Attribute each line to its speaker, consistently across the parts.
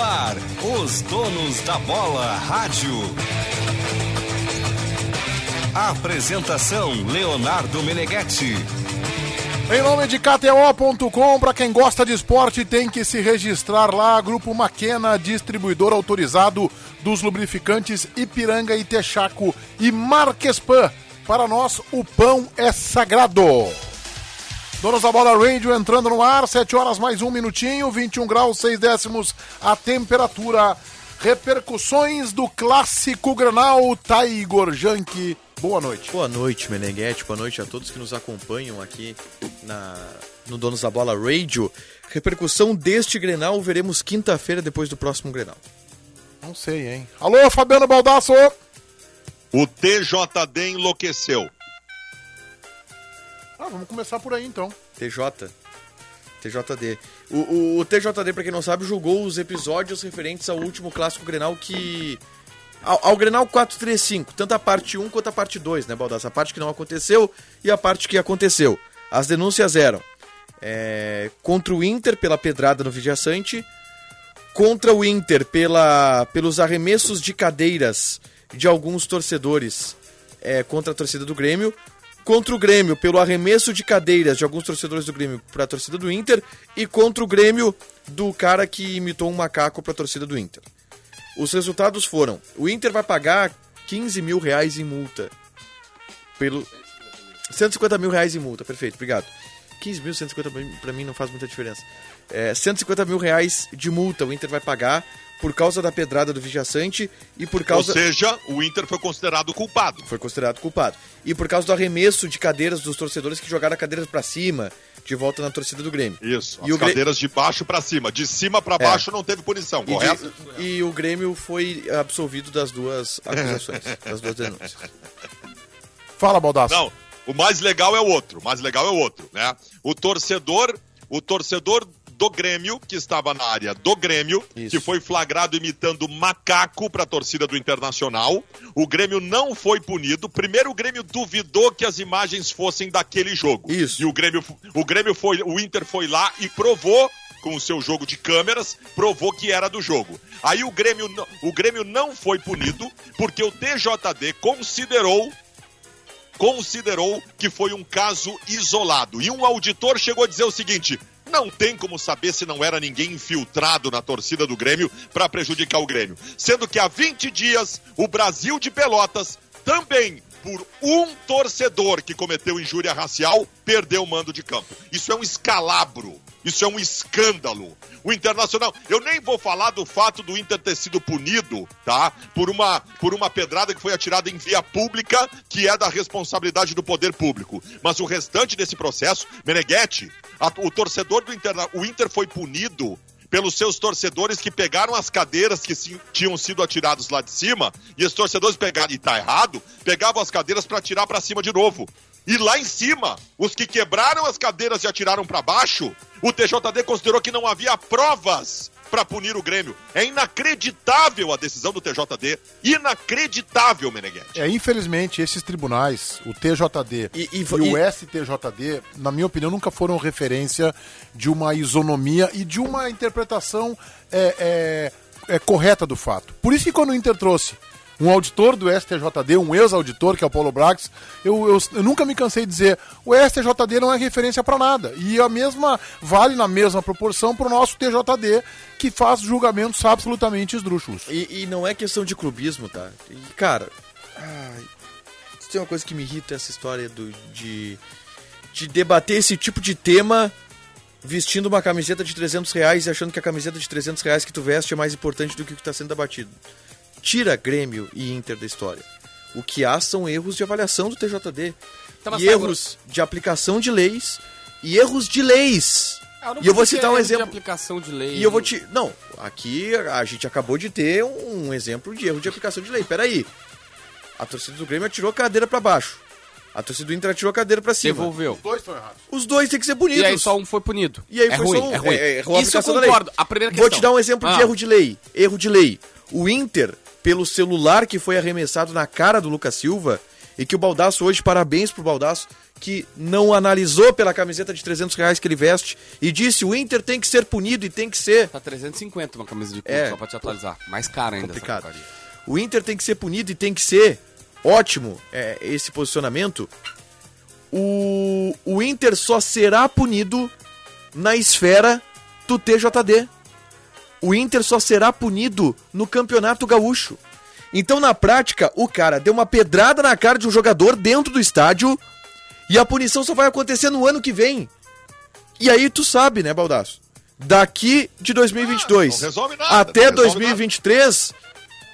Speaker 1: ar, os donos da bola rádio. Apresentação Leonardo Meneghetti.
Speaker 2: Em nome de KTO.com, para quem gosta de esporte tem que se registrar lá. Grupo Maquena, distribuidor autorizado dos lubrificantes Ipiranga e Texaco e Marquespan. Para nós, o pão é sagrado. Donos da Bola Radio entrando no ar, 7 horas mais um minutinho, 21 graus, 6 décimos a temperatura. Repercussões do clássico Granal, Taigor Janke. Boa noite.
Speaker 3: Boa noite, Meneghetti. Boa noite a todos que nos acompanham aqui na, no Donos da Bola Radio. Repercussão deste Grenal veremos quinta-feira depois do próximo Grenal.
Speaker 2: Não sei, hein? Alô, Fabiano Baldasso!
Speaker 4: O TJD enlouqueceu.
Speaker 2: Ah, vamos começar por aí então.
Speaker 3: TJ. TJD. O, o, o TJD, pra quem não sabe, julgou os episódios referentes ao último clássico Grenal que. Ao, ao Grenal 435, tanto a parte 1 quanto a parte 2, né, Baldasso? A parte que não aconteceu e a parte que aconteceu. As denúncias eram é, contra o Inter pela pedrada no Vidiaçante, contra o Inter pela, pelos arremessos de cadeiras de alguns torcedores é, contra a torcida do Grêmio, contra o Grêmio pelo arremesso de cadeiras de alguns torcedores do Grêmio para a torcida do Inter e contra o Grêmio do cara que imitou um macaco para a torcida do Inter. Os resultados foram: o Inter vai pagar 15 mil reais em multa pelo 150 mil reais em multa, perfeito, obrigado. 15 mil, 150 para mim não faz muita diferença. É, 150 mil reais de multa o Inter vai pagar por causa da pedrada do Vijaçante e por causa.
Speaker 4: Ou seja, o Inter foi considerado culpado.
Speaker 3: Foi considerado culpado. E por causa do arremesso de cadeiras dos torcedores que jogaram a cadeira pra cima, de volta na torcida do Grêmio.
Speaker 4: Isso,
Speaker 3: E
Speaker 4: as
Speaker 3: o Grê-
Speaker 4: cadeiras de baixo pra cima. De cima pra baixo não teve punição,
Speaker 3: E,
Speaker 4: correto?
Speaker 3: de- e o Grêmio foi absolvido das duas acusações, das duas denúncias.
Speaker 2: Fala, Baldasso.
Speaker 4: Não, o mais legal é o outro, o mais legal é o outro, né? O torcedor, o torcedor do Grêmio, que estava na área do Grêmio,
Speaker 3: Isso.
Speaker 4: que foi flagrado imitando macaco para a torcida do Internacional. O Grêmio não foi punido. Primeiro o Grêmio duvidou que as imagens fossem daquele jogo.
Speaker 3: Isso.
Speaker 4: E o Grêmio, o Grêmio foi, o Inter foi lá e provou com o seu jogo de câmeras, provou que era do jogo. Aí o Grêmio, não- o Grêmio não foi punido porque o TJD considerou considerou que foi um caso isolado. E um auditor chegou a dizer o seguinte: não tem como saber se não era ninguém infiltrado na torcida do Grêmio para prejudicar o Grêmio. Sendo que há 20 dias, o Brasil de Pelotas também. Por um torcedor que cometeu injúria racial, perdeu o mando de campo. Isso é um escalabro. Isso é um escândalo. O Internacional, eu nem vou falar do fato do Inter ter sido punido, tá? Por uma, por uma pedrada que foi atirada em via pública, que é da responsabilidade do poder público. Mas o restante desse processo, Meneghetti, a- o torcedor do Inter, o Inter foi punido pelos seus torcedores que pegaram as cadeiras que se- tinham sido atirados lá de cima, e os torcedores pegaram, e tá errado, pegavam as cadeiras para atirar para cima de novo. E lá em cima, os que quebraram as cadeiras e atiraram para baixo, o TJD considerou que não havia provas para punir o Grêmio. É inacreditável a decisão do TJD, inacreditável, Meneghetti.
Speaker 2: É, infelizmente, esses tribunais, o TJD
Speaker 3: E-
Speaker 2: e,
Speaker 3: e-
Speaker 2: o
Speaker 3: e-
Speaker 2: STJD, na minha opinião, nunca foram referência de uma isonomia e de uma interpretação é, é, é, correta do fato. Por isso que quando o Inter trouxe um auditor do STJD, um ex-auditor, que é o Paulo Brax, eu, eu- eu nunca me cansei de dizer, o STJD não é referência para nada. E a mesma vale na mesma proporção para o nosso TJD, que faz julgamentos absolutamente esdrúxulos.
Speaker 3: E, e não é questão de clubismo, tá? E, cara, ai, se tem uma coisa que me irrita é essa história do, de, de debater esse tipo de tema vestindo uma camiseta de 300 reais e achando que a camiseta de 300 reais que tu veste é mais importante do que o que está sendo debatido. Tira Grêmio e Inter da história. O que há são erros de avaliação do TJD.
Speaker 5: Tá, mas
Speaker 3: e
Speaker 5: tá,
Speaker 3: erros de aplicação de leis. E erros de leis.
Speaker 5: Ah, não
Speaker 3: e eu vou
Speaker 5: precisa
Speaker 3: citar um
Speaker 5: de
Speaker 3: exemplo.
Speaker 5: aplicação de lei.
Speaker 3: E eu vou te. Não, aqui a gente acabou de ter um um exemplo de erro de aplicação de lei. Peraí. A torcida do Grêmio atirou a cadeira pra baixo. A torcida do Inter atirou a cadeira pra cima.
Speaker 5: Devolveu.
Speaker 2: Dois estão errados.
Speaker 3: Os dois têm que ser bonitos.
Speaker 5: E aí só um foi punido.
Speaker 3: E aí
Speaker 5: é
Speaker 3: foi
Speaker 5: ruim,
Speaker 3: só um-
Speaker 5: é ruim.
Speaker 3: é, é, errou a
Speaker 5: Isso eu
Speaker 3: aplicação da lei.
Speaker 5: concordo. A primeira questão.
Speaker 3: Vou te dar um exemplo de
Speaker 5: Ah,
Speaker 3: erro de lei. Erro de lei. O Inter, pelo celular que foi arremessado na cara do Lucas Silva, E que o Baldaço hoje, parabéns pro Baldaço, que não analisou pela camiseta de 300 reais que ele veste e disse o Inter tem que ser punido e tem que ser
Speaker 5: Tá 350 uma camisa de clube,
Speaker 3: É.
Speaker 5: só pra te atualizar. Mais cara ainda
Speaker 3: complicado.
Speaker 5: essa porcaria.
Speaker 3: O Inter tem que ser punido e tem que ser ótimo é, esse posicionamento. O, o Inter só será punido na esfera do TJD. O Inter só será punido no Campeonato Gaúcho. Então, na prática, o cara deu uma pedrada na cara de um jogador dentro do estádio e a punição só vai acontecer no ano que vem. E aí tu sabe, né, Baldaço? Daqui de 2022
Speaker 4: Ah, não resolve nada,
Speaker 3: até
Speaker 4: não resolve
Speaker 3: 2023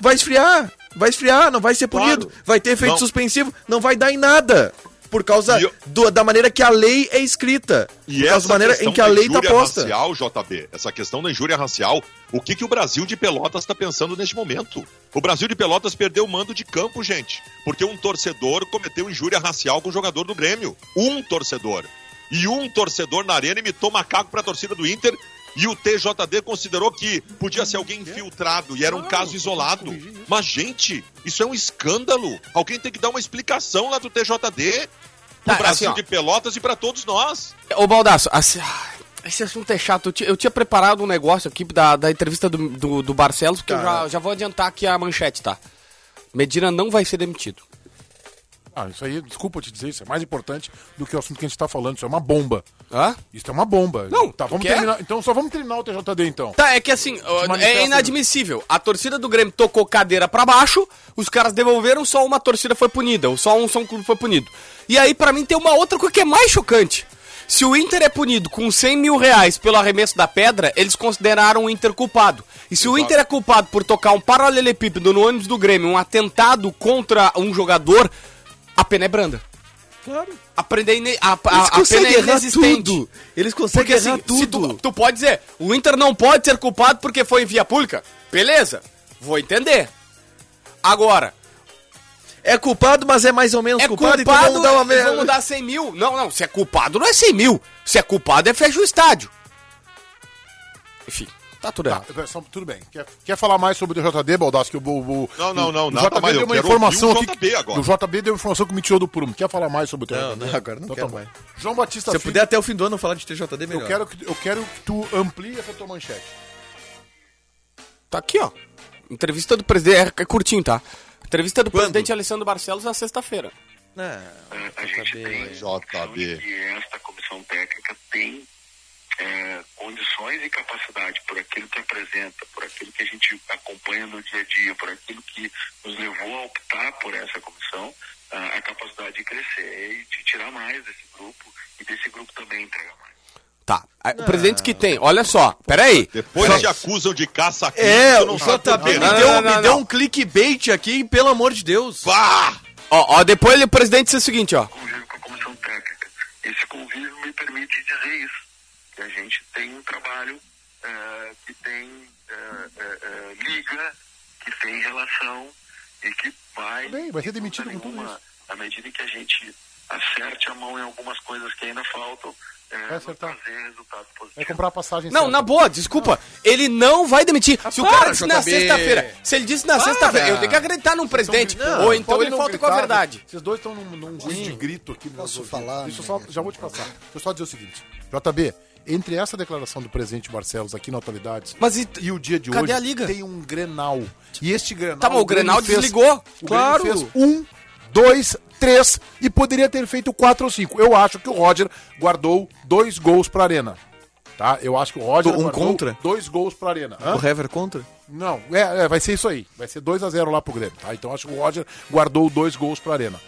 Speaker 3: vai esfriar, vai esfriar, não vai ser punido,
Speaker 4: Claro.
Speaker 3: vai ter efeito
Speaker 4: Não.
Speaker 3: suspensivo, não vai dar em nada. Por causa
Speaker 4: E eu-
Speaker 3: do- da maneira que a lei é escrita.
Speaker 4: E
Speaker 3: por causa
Speaker 4: essa
Speaker 3: da maneira
Speaker 4: questão
Speaker 3: em que a
Speaker 4: da
Speaker 3: lei está
Speaker 4: injúria
Speaker 3: posta.
Speaker 4: racial, JB, essa questão da injúria racial, o que, que o Brasil de Pelotas está pensando neste momento? O Brasil de Pelotas perdeu o mando de campo, gente, porque um torcedor cometeu injúria racial com o jogador do Grêmio. Um torcedor. E um torcedor na arena imitou macaco para a torcida do Inter e o TJD considerou que podia ser alguém infiltrado e era um caso isolado. Mas, gente, isso é um escândalo. Alguém tem que dar uma explicação lá do TJD. Pro
Speaker 5: Tá, assim,
Speaker 4: Brasil
Speaker 5: ó.
Speaker 4: de Pelotas e para todos nós.
Speaker 5: Ô, Baldaço, assim, ah, esse assunto é chato. Eu ti- Eu tinha preparado um negócio aqui da, da entrevista do, do, do Barcelos,
Speaker 3: Tá.
Speaker 5: porque eu já, já vou adiantar aqui a manchete, tá? Medina não vai ser demitido.
Speaker 2: Ah, isso aí, desculpa eu te dizer, isso é mais importante do que o assunto que a gente tá falando. Isso é uma bomba.
Speaker 5: Hã?
Speaker 2: Isso é uma bomba.
Speaker 5: Não,
Speaker 2: tá,
Speaker 5: tu
Speaker 2: vamos
Speaker 5: quer?
Speaker 2: terminar. Então só vamos terminar o TJD então.
Speaker 5: Tá, é que assim, ó,
Speaker 2: manifesta,
Speaker 3: né?
Speaker 5: é inadmissível. A torcida do Grêmio tocou cadeira pra baixo, os caras devolveram, só uma torcida foi punida, ou só um, só um clube foi punido. E aí, pra mim, tem uma outra coisa que é mais chocante. Se o Inter é punido com 100 mil reais pelo arremesso da pedra, eles consideraram o Inter culpado. E se o Inter é culpado por tocar um paralelepípedo no ônibus do Grêmio, um atentado contra um jogador, a pena é branda.
Speaker 3: Claro.
Speaker 5: A, prenda é ine- a, a,
Speaker 3: Eles
Speaker 5: a pena
Speaker 3: conseguem
Speaker 5: é
Speaker 3: errar
Speaker 5: inexistente.
Speaker 3: tudo. Eles
Speaker 5: Porque
Speaker 3: conseguem
Speaker 5: assim,
Speaker 3: errar
Speaker 5: se
Speaker 3: tudo.
Speaker 5: tu, tu pode dizer, o Inter não pode ser culpado porque foi em via pública. Beleza, vou entender. Agora,
Speaker 3: É culpado, mas é mais ou menos
Speaker 5: é culpado,
Speaker 3: culpado, então vamos dar uma
Speaker 5: e vamos dar 100 mil. Não, não, se é culpado não é 100 mil. Se é culpado é fecha o estádio. Enfim, tá tudo
Speaker 2: Tá,
Speaker 5: errado.
Speaker 2: é só- tudo bem. Quer, quer falar mais sobre o TJD, Baldasso? Que o, o, o-
Speaker 4: Não, não, não,
Speaker 2: O
Speaker 4: nada
Speaker 2: JB
Speaker 4: mais,
Speaker 2: deu
Speaker 4: eu
Speaker 2: uma
Speaker 4: quero
Speaker 2: informação
Speaker 4: ouvir o
Speaker 2: aqui.
Speaker 4: JB agora.
Speaker 2: O JB deu informação que me tirou do prumo. Quer falar mais sobre o TJD?
Speaker 3: Não, não, agora não quero mais.
Speaker 2: Então tá João Batista
Speaker 3: Se eu
Speaker 2: Filho,
Speaker 3: puder até o fim do ano falar de TJD, melhor.
Speaker 2: eu, quero que, eu quero que tu amplie essa tua manchete.
Speaker 5: Tá aqui, ó. Entrevista do presidente, é, é curtinho, tá? Entrevista do
Speaker 3: Quando?
Speaker 5: presidente Alessandro Barcelos na sexta-feira.
Speaker 3: Não,
Speaker 6: a gente tem
Speaker 4: JB.
Speaker 6: noção de Então, que esta comissão técnica tem é, condições e capacidade por aquilo que apresenta, por aquilo que a gente acompanha no dia a dia, por aquilo que nos levou a optar por essa comissão, a, a capacidade de crescer e de tirar mais desse grupo e desse grupo também entregar mais.
Speaker 5: Tá. Aí, O presidente que tem, olha só, peraí.
Speaker 4: Depois
Speaker 5: Só-
Speaker 4: te acusam de caça
Speaker 3: é, o
Speaker 4: tá
Speaker 3: JB me,
Speaker 5: não,
Speaker 3: deu,
Speaker 5: não,
Speaker 3: me
Speaker 5: não,
Speaker 3: deu
Speaker 5: não.
Speaker 3: um clickbait aqui, pelo amor de Deus.
Speaker 4: Pá!
Speaker 5: Ó, ó, depois ele, o presidente disse o seguinte, ó.
Speaker 6: convívio com a comissão técnica. Esse convívio me permite dizer isso, que a gente tem um trabalho eh, que tem eh, eh, eh, liga, que tem relação e que vai...
Speaker 2: Bem, vai ser demitido com tudo
Speaker 6: nenhuma, À medida que a gente acerte a mão em algumas coisas que ainda faltam, eh,
Speaker 2: Vai acertar. É
Speaker 6: nos trazer resultados
Speaker 2: Vai
Speaker 6: positivos.
Speaker 2: comprar a passagem.
Speaker 5: Não,
Speaker 2: certa.
Speaker 5: na boa, desculpa. Ele não vai demitir. se o cara
Speaker 3: Ah, para,
Speaker 5: disse na
Speaker 3: JB.
Speaker 5: sexta-feira, se ele disse na sexta-feira, eu tenho que acreditar num presidente.
Speaker 3: gritando.
Speaker 5: ou
Speaker 2: Vocês
Speaker 5: então
Speaker 2: podem
Speaker 5: ele
Speaker 2: não
Speaker 5: falta com a
Speaker 2: gritar,
Speaker 5: verdade.
Speaker 2: Vocês dois estão num, num ruído de grito aqui. Posso
Speaker 7: falar,
Speaker 2: Deixa eu só, já vou te passar. Deixa eu só dizer o seguinte. JB, entre essa declaração do presidente Barcelos aqui na Atualidades
Speaker 5: Mas e-
Speaker 2: e o dia de
Speaker 5: cadê
Speaker 2: hoje,
Speaker 5: a liga?
Speaker 2: tem um Grenal. E este Grenal...
Speaker 5: Tá, mas o
Speaker 2: Grêmio
Speaker 5: Grenal desligou.
Speaker 2: O
Speaker 5: Claro.
Speaker 2: claro. fez um, dois, três e poderia ter feito quatro ou cinco. Eu acho que o Roger guardou dois gols pra Arena. Tá? Eu acho que o Roger
Speaker 3: Um
Speaker 2: guardou
Speaker 3: contra?
Speaker 2: dois gols pra Arena.
Speaker 5: Um
Speaker 2: Hã?
Speaker 3: O Hever contra?
Speaker 2: Não, é, é, vai ser isso aí. Vai ser 2x0 lá pro Grêmio, tá? Então acho que o Roger guardou dois gols pra Arena.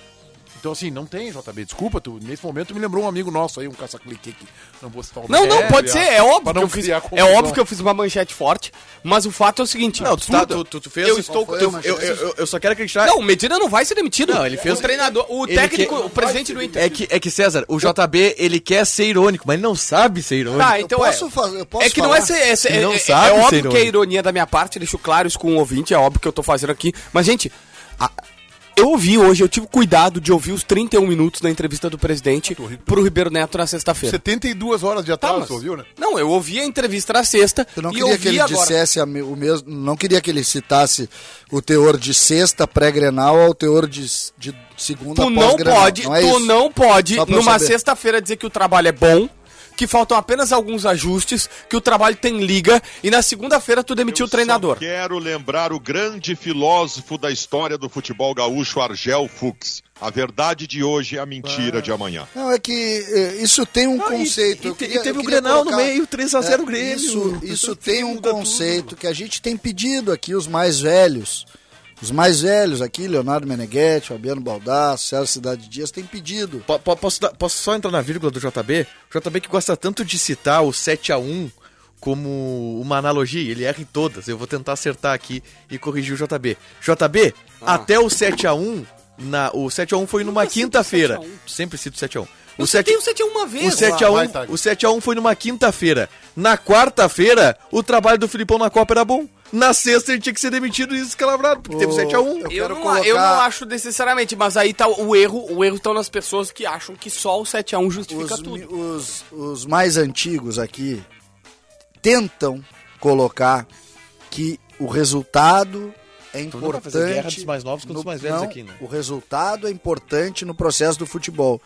Speaker 2: Então, assim, não tem, JB. Desculpa, tu, nesse momento me lembrou um amigo nosso aí, um caça-clique que não vou citar o
Speaker 5: Não,
Speaker 2: nome.
Speaker 5: não, pode
Speaker 2: criar-
Speaker 5: ser, é óbvio
Speaker 2: pra
Speaker 5: que
Speaker 2: não
Speaker 5: eu fiz.
Speaker 2: criar
Speaker 5: É
Speaker 2: confusão.
Speaker 5: óbvio que eu fiz uma manchete forte, mas o fato é o seguinte.
Speaker 3: Não, tu, tá,
Speaker 5: absurda.
Speaker 3: tu, tu, tu fez.
Speaker 5: Eu estou
Speaker 3: tu-
Speaker 5: com.
Speaker 3: eu, eu, eu- eu só quero acreditar.
Speaker 5: Não, o Medina não vai ser demitido.
Speaker 3: Não, ele fez-
Speaker 5: O treinador, o
Speaker 3: Ele
Speaker 5: técnico,
Speaker 3: quer-
Speaker 5: o presidente do Inter.
Speaker 3: É que, é que, César, o JB, ele quer ser irônico, mas ele não sabe ser irônico.
Speaker 5: Tá, então
Speaker 7: posso
Speaker 5: é.
Speaker 7: fa- eu posso
Speaker 5: é que não é,
Speaker 7: falar?
Speaker 5: ser, é, ser-
Speaker 3: Ele não
Speaker 5: é- é-
Speaker 3: sabe
Speaker 5: é
Speaker 3: ser
Speaker 5: óbvio
Speaker 3: irônico.
Speaker 5: que é ironia da minha parte, deixo claro isso com o ouvinte, é óbvio que eu tô fazendo aqui, mas gente, a- eu ouvi hoje, eu tive cuidado de ouvir os 31 minutos da entrevista do
Speaker 7: Ah,
Speaker 5: presidente pro Ribeiro Neto na sexta-feira. Tá,
Speaker 2: 72 horas de
Speaker 7: tá,
Speaker 2: atraso,
Speaker 5: mas-
Speaker 2: ouviu, né?
Speaker 5: Não, eu ouvi a entrevista na sexta
Speaker 7: Eu não
Speaker 5: e
Speaker 7: queria
Speaker 5: ouvi
Speaker 7: que ele
Speaker 5: agora.
Speaker 7: dissesse a me- o mesmo. Não queria que ele citasse o teor de sexta pré-grenal ao teor de, s- de segunda
Speaker 5: Tu não
Speaker 7: pós-grenal.
Speaker 5: pode,
Speaker 7: é
Speaker 5: tu
Speaker 7: isso.
Speaker 5: não pode,
Speaker 7: Só pra eu
Speaker 5: numa
Speaker 7: saber.
Speaker 5: sexta-feira, dizer que o trabalho é bom, que faltam apenas alguns ajustes, que o trabalho tem liga, e na segunda-feira tu demitiu o um treinador.
Speaker 4: Só quero lembrar o grande filósofo da história do futebol gaúcho, Argel Fuchs. A verdade de hoje é a mentira de amanhã.
Speaker 7: Não, é que é, isso tem um conceito.
Speaker 3: e
Speaker 7: Eu
Speaker 3: te- e
Speaker 7: queria-
Speaker 3: teve
Speaker 7: eu
Speaker 3: o
Speaker 7: queria é,
Speaker 3: Grenal no meio, 3 a 0 Grêmio.
Speaker 7: Isso, isso tem um
Speaker 3: Muda tudo.
Speaker 7: conceito que a gente tem pedido aqui, os mais velhos. Os mais velhos aqui, Leonardo Meneghetti, Fabiano Baldasso, Sérgio Cidade Dias, tem pedido.
Speaker 3: Po- po- Posso, dar- posso só entrar na vírgula do JB? O JB que gosta tanto de citar o 7x1 como uma analogia, ele erra em todas. Eu vou tentar acertar aqui e corrigir o JB. JB, até o 7x1, na, o 7x1 foi numa
Speaker 5: Ah. cito
Speaker 3: quinta-feira.
Speaker 5: 7 a 1.
Speaker 3: Sempre cito 7x1.
Speaker 5: Eu citei o 7 a 1 uma vez.
Speaker 3: O 7 a
Speaker 2: Vai,
Speaker 3: 1,
Speaker 2: vai, Tiger.
Speaker 3: o 7 a 1 foi numa quinta-feira. Na quarta-feira, o trabalho do Filipão na Copa era bom. Na sexta ele tinha que ser demitido e descalabrado, porque teve 7 a 1.
Speaker 7: Eu
Speaker 5: Eu
Speaker 7: quero
Speaker 5: não,
Speaker 7: colocar-
Speaker 5: eu não acho necessariamente, mas aí tá o erro, o erro estão nas pessoas que acham que só o 7 a 1 justifica
Speaker 7: Os, mi-
Speaker 5: tudo.
Speaker 7: os, os mais antigos aqui tentam colocar que o resultado é
Speaker 3: mundo vai
Speaker 7: importante.
Speaker 3: fazer guerra dos mais novos contra os mais velhos aqui, né?
Speaker 7: O resultado é importante no processo do futebol.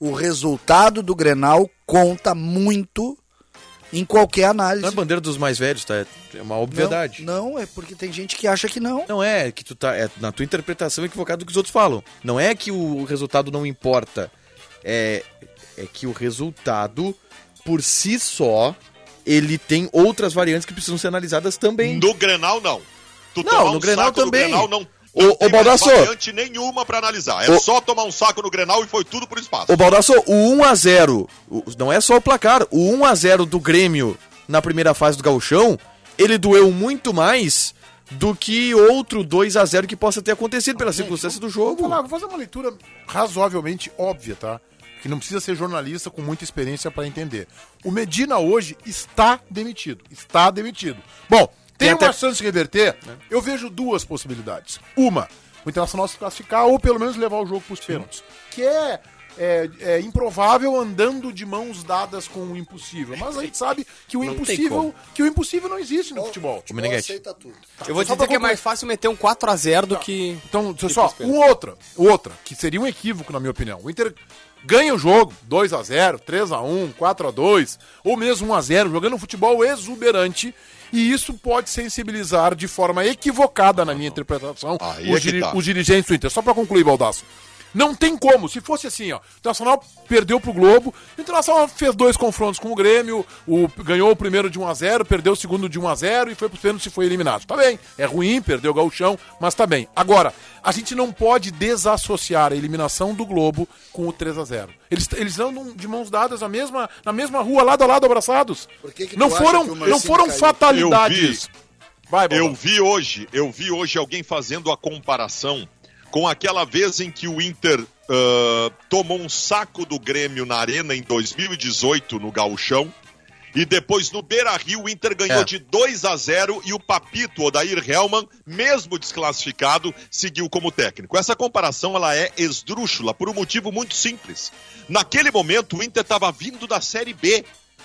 Speaker 7: O resultado do Grenal conta muito em qualquer análise.
Speaker 3: Não é bandeira dos mais velhos, tá? É uma
Speaker 7: Não,
Speaker 3: obviedade. Não,
Speaker 7: Não, é porque tem gente que acha que não.
Speaker 3: é que tu tá é na tua interpretação equivocada do que os outros falam. Não é que o resultado não importa. É é que o resultado por si só ele tem outras variantes que precisam ser analisadas também.
Speaker 4: No Grenal, não. Tu
Speaker 3: Não,
Speaker 4: tomar um
Speaker 3: no Grenal
Speaker 4: saco no
Speaker 3: também.
Speaker 4: Grenal, não,
Speaker 3: Ô,
Speaker 4: não
Speaker 3: ô, Baldasso.
Speaker 4: mais variante nenhuma pra analisar. É
Speaker 3: Ô.
Speaker 4: só tomar um saco no Grenal e foi tudo pro espaço.
Speaker 3: Ô Baldasso, o 1x0, o- não é só o placar, o 1x0 do Grêmio na primeira fase do Gauchão, ele doeu muito mais do que outro 2x0 que possa ter acontecido pela circunstância do
Speaker 2: Vou, falar,
Speaker 3: jogo.
Speaker 2: vou fazer uma leitura razoavelmente óbvia, tá? Que não precisa ser jornalista com muita experiência pra entender. O Medina hoje está demitido. Está demitido. Bom, tem,
Speaker 3: Tem até- É.
Speaker 2: uma chance de reverter? Eu vejo duas possibilidades. Uma, o Internacional se classificar ou pelo menos levar o jogo pros pênaltis. Que é, é, é improvável andando de mãos dadas com o impossível. Mas a gente sabe que o, impossível, que o impossível não existe no futebol.
Speaker 3: O Meneghetti.
Speaker 7: aceita tudo.
Speaker 5: Eu vou
Speaker 2: só
Speaker 5: dizer
Speaker 2: pra
Speaker 5: que é mais fácil meter um 4 a 0 do que
Speaker 2: Então, deixa eu só, um outra, outra, que seria um equívoco, na minha opinião. O Inter ganha o jogo, 2 a 0 3 a 1 4 a 2 ou mesmo 1 a 0 jogando um futebol exuberante, e isso pode sensibilizar de forma equivocada, na minha interpretação,
Speaker 4: Aí
Speaker 2: os,
Speaker 4: é que
Speaker 2: diri-
Speaker 4: tá.
Speaker 2: os dirigentes do Inter. Só pra concluir, Baldasso. Não tem como, se fosse assim, ó. O Internacional perdeu pro Globo, o Internacional fez dois confrontos com o Grêmio, o, ganhou o primeiro de 1 a 0 perdeu o segundo de 1 a 0 e foi pro pênalti e foi eliminado. Tá bem, é ruim, perdeu o gauchão, mas tá bem. Agora, a gente não pode desassociar a eliminação do Globo com o 3 a 0 Eles, eles andam de mãos dadas na mesma, na mesma rua, lado a lado, abraçados.
Speaker 7: Por que que tu
Speaker 2: não,
Speaker 7: acha
Speaker 2: foram,
Speaker 7: que o
Speaker 2: não
Speaker 7: Mancini
Speaker 2: foram
Speaker 7: caiu?
Speaker 2: fatalidades. Vai,
Speaker 4: Eu
Speaker 2: Baldasso.
Speaker 4: vi hoje, eu vi hoje alguém fazendo a comparação com aquela vez em que o Inter ah, tomou um saco do Grêmio na Arena em 2018 no Gauchão. E depois no Beira-Rio o Inter ganhou
Speaker 3: É.
Speaker 4: de 2 a 0 e o Papito Odair Hellman, mesmo desclassificado, seguiu como técnico. Essa comparação ela é esdrúxula por um motivo muito simples. Naquele momento o Inter estava vindo da Série B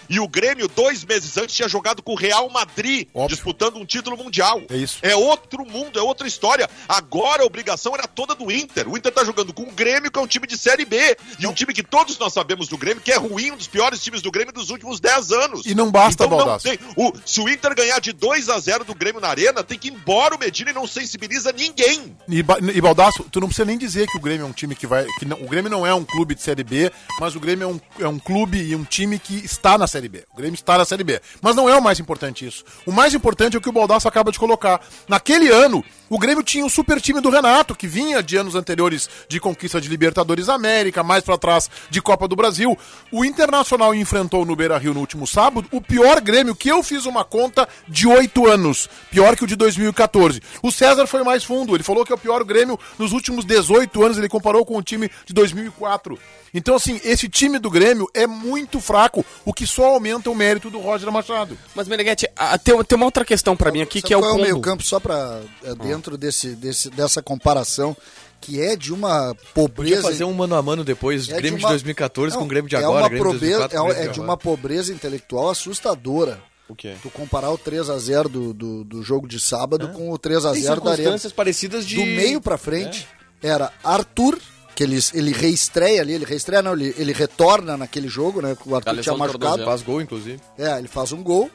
Speaker 4: e o Grêmio dois meses antes tinha jogado com o Real Madrid,
Speaker 2: Óbvio.
Speaker 4: disputando um título mundial.
Speaker 2: É isso.
Speaker 4: É outro mundo, é outra história. Agora a obrigação era toda do Inter. O Inter tá jogando com o Grêmio, que é um time de Série B. E um time que todos nós sabemos do Grêmio, que é ruim, um dos piores times do Grêmio dos últimos 10 anos. Então
Speaker 2: E não basta,
Speaker 4: não
Speaker 2: Baldassi.
Speaker 4: tem- o- se o Inter ganhar de 2 a 0 do Grêmio na Arena, tem que ir embora o Medina e não sensibiliza ninguém.
Speaker 2: E, Ba- e Baldasso, tu não precisa nem dizer que o Grêmio é um time que vai. Que não- o Grêmio não é um clube de Série B, mas o Grêmio é um, é um clube e um time que está na Série B. O Grêmio está na Série B. Mas não é o mais importante isso. O mais importante é o que o Baldasso acaba de colocar. Naquele ano, o Grêmio tinha o super time do Renato, que vinha de anos anteriores de conquista de Libertadores América, mais pra trás de Copa do Brasil. O Internacional enfrentou no Beira Rio no último sábado o pior Grêmio que eu fiz uma conta de oito anos. Pior que o de 2014. O César foi mais fundo. Ele falou que é o pior Grêmio nos últimos 18 anos. Ele comparou com o time de 2004. Então, assim, esse time do Grêmio é muito fraco, o que só aumenta o mérito do Roger Machado.
Speaker 5: Mas, Meneghete, ah, tem, tem uma outra questão pra mim aqui,
Speaker 8: Sabe
Speaker 5: que é o
Speaker 8: qual
Speaker 5: combo.
Speaker 8: meio-campo, só para
Speaker 7: é,
Speaker 3: Ah.
Speaker 8: dentro desse, desse, dessa comparação, que é de uma
Speaker 3: Podia
Speaker 8: pobreza.
Speaker 3: fazer um mano a mano depois,
Speaker 8: é
Speaker 3: Grêmio de,
Speaker 8: uma-
Speaker 3: 2014 com
Speaker 8: Não,
Speaker 3: o Grêmio de
Speaker 8: É, uma
Speaker 3: agora, Grêmio de
Speaker 8: pobreza-
Speaker 3: 2004,
Speaker 8: é-
Speaker 3: Grêmio
Speaker 8: é de uma pobreza intelectual assustadora.
Speaker 3: O quê? É.
Speaker 8: Tu comparar o 3x0 do, do, do jogo de sábado com o 3x0 da Arena.
Speaker 3: circunstâncias parecidas de... É.
Speaker 8: Do meio pra frente, era Arthur, que ele, ele reestreia ali, ele reestreia não, ele, ele retorna naquele jogo, né? que O Arthur
Speaker 5: lesão
Speaker 8: tinha
Speaker 5: do
Speaker 8: machucado.
Speaker 5: é um tornozelo.
Speaker 3: Faz gol, inclusive.
Speaker 8: É, ele faz um gol.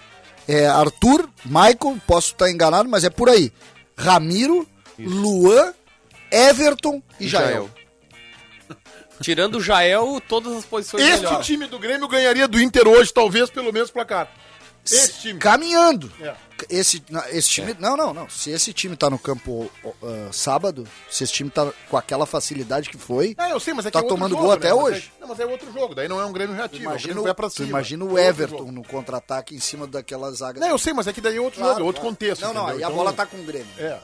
Speaker 8: É, Arthur, Michael, posso estar enganado, mas é por aí. Ramiro, Luan, Everton e Jael.
Speaker 5: Tirando o Jael, todas as posições
Speaker 2: Este
Speaker 5: melhores.
Speaker 2: time do Grêmio ganharia do Inter hoje, talvez, pelo mesmo placar. Esse time.
Speaker 8: Caminhando.
Speaker 2: É.
Speaker 8: Esse, não, esse time. Não, não, não. Se esse time tá no campo ó, ó, sábado, se esse time tá com aquela facilidade que foi.
Speaker 2: É, eu sei, mas é
Speaker 8: Tá
Speaker 2: que é outro
Speaker 8: tomando
Speaker 2: jogo,
Speaker 8: gol até
Speaker 2: Mas é-
Speaker 8: hoje.
Speaker 2: não, mas é outro jogo, daí não é um Grêmio reativo. é um
Speaker 8: Imagina
Speaker 2: Grêmio
Speaker 8: o,
Speaker 2: que vai pra
Speaker 8: tu
Speaker 2: cima.
Speaker 8: imagina
Speaker 2: É
Speaker 8: o
Speaker 2: outro
Speaker 8: Everton
Speaker 2: jogo.
Speaker 8: no contra-ataque em cima daquela zaga.
Speaker 2: Não, eu sei, mas é que daí é outro
Speaker 8: Claro,
Speaker 2: jogo, é outro
Speaker 8: claro.
Speaker 2: contexto.
Speaker 8: Não, não,
Speaker 2: entendeu?
Speaker 8: aí a
Speaker 2: Então,
Speaker 8: bola tá com o Grêmio.
Speaker 2: É.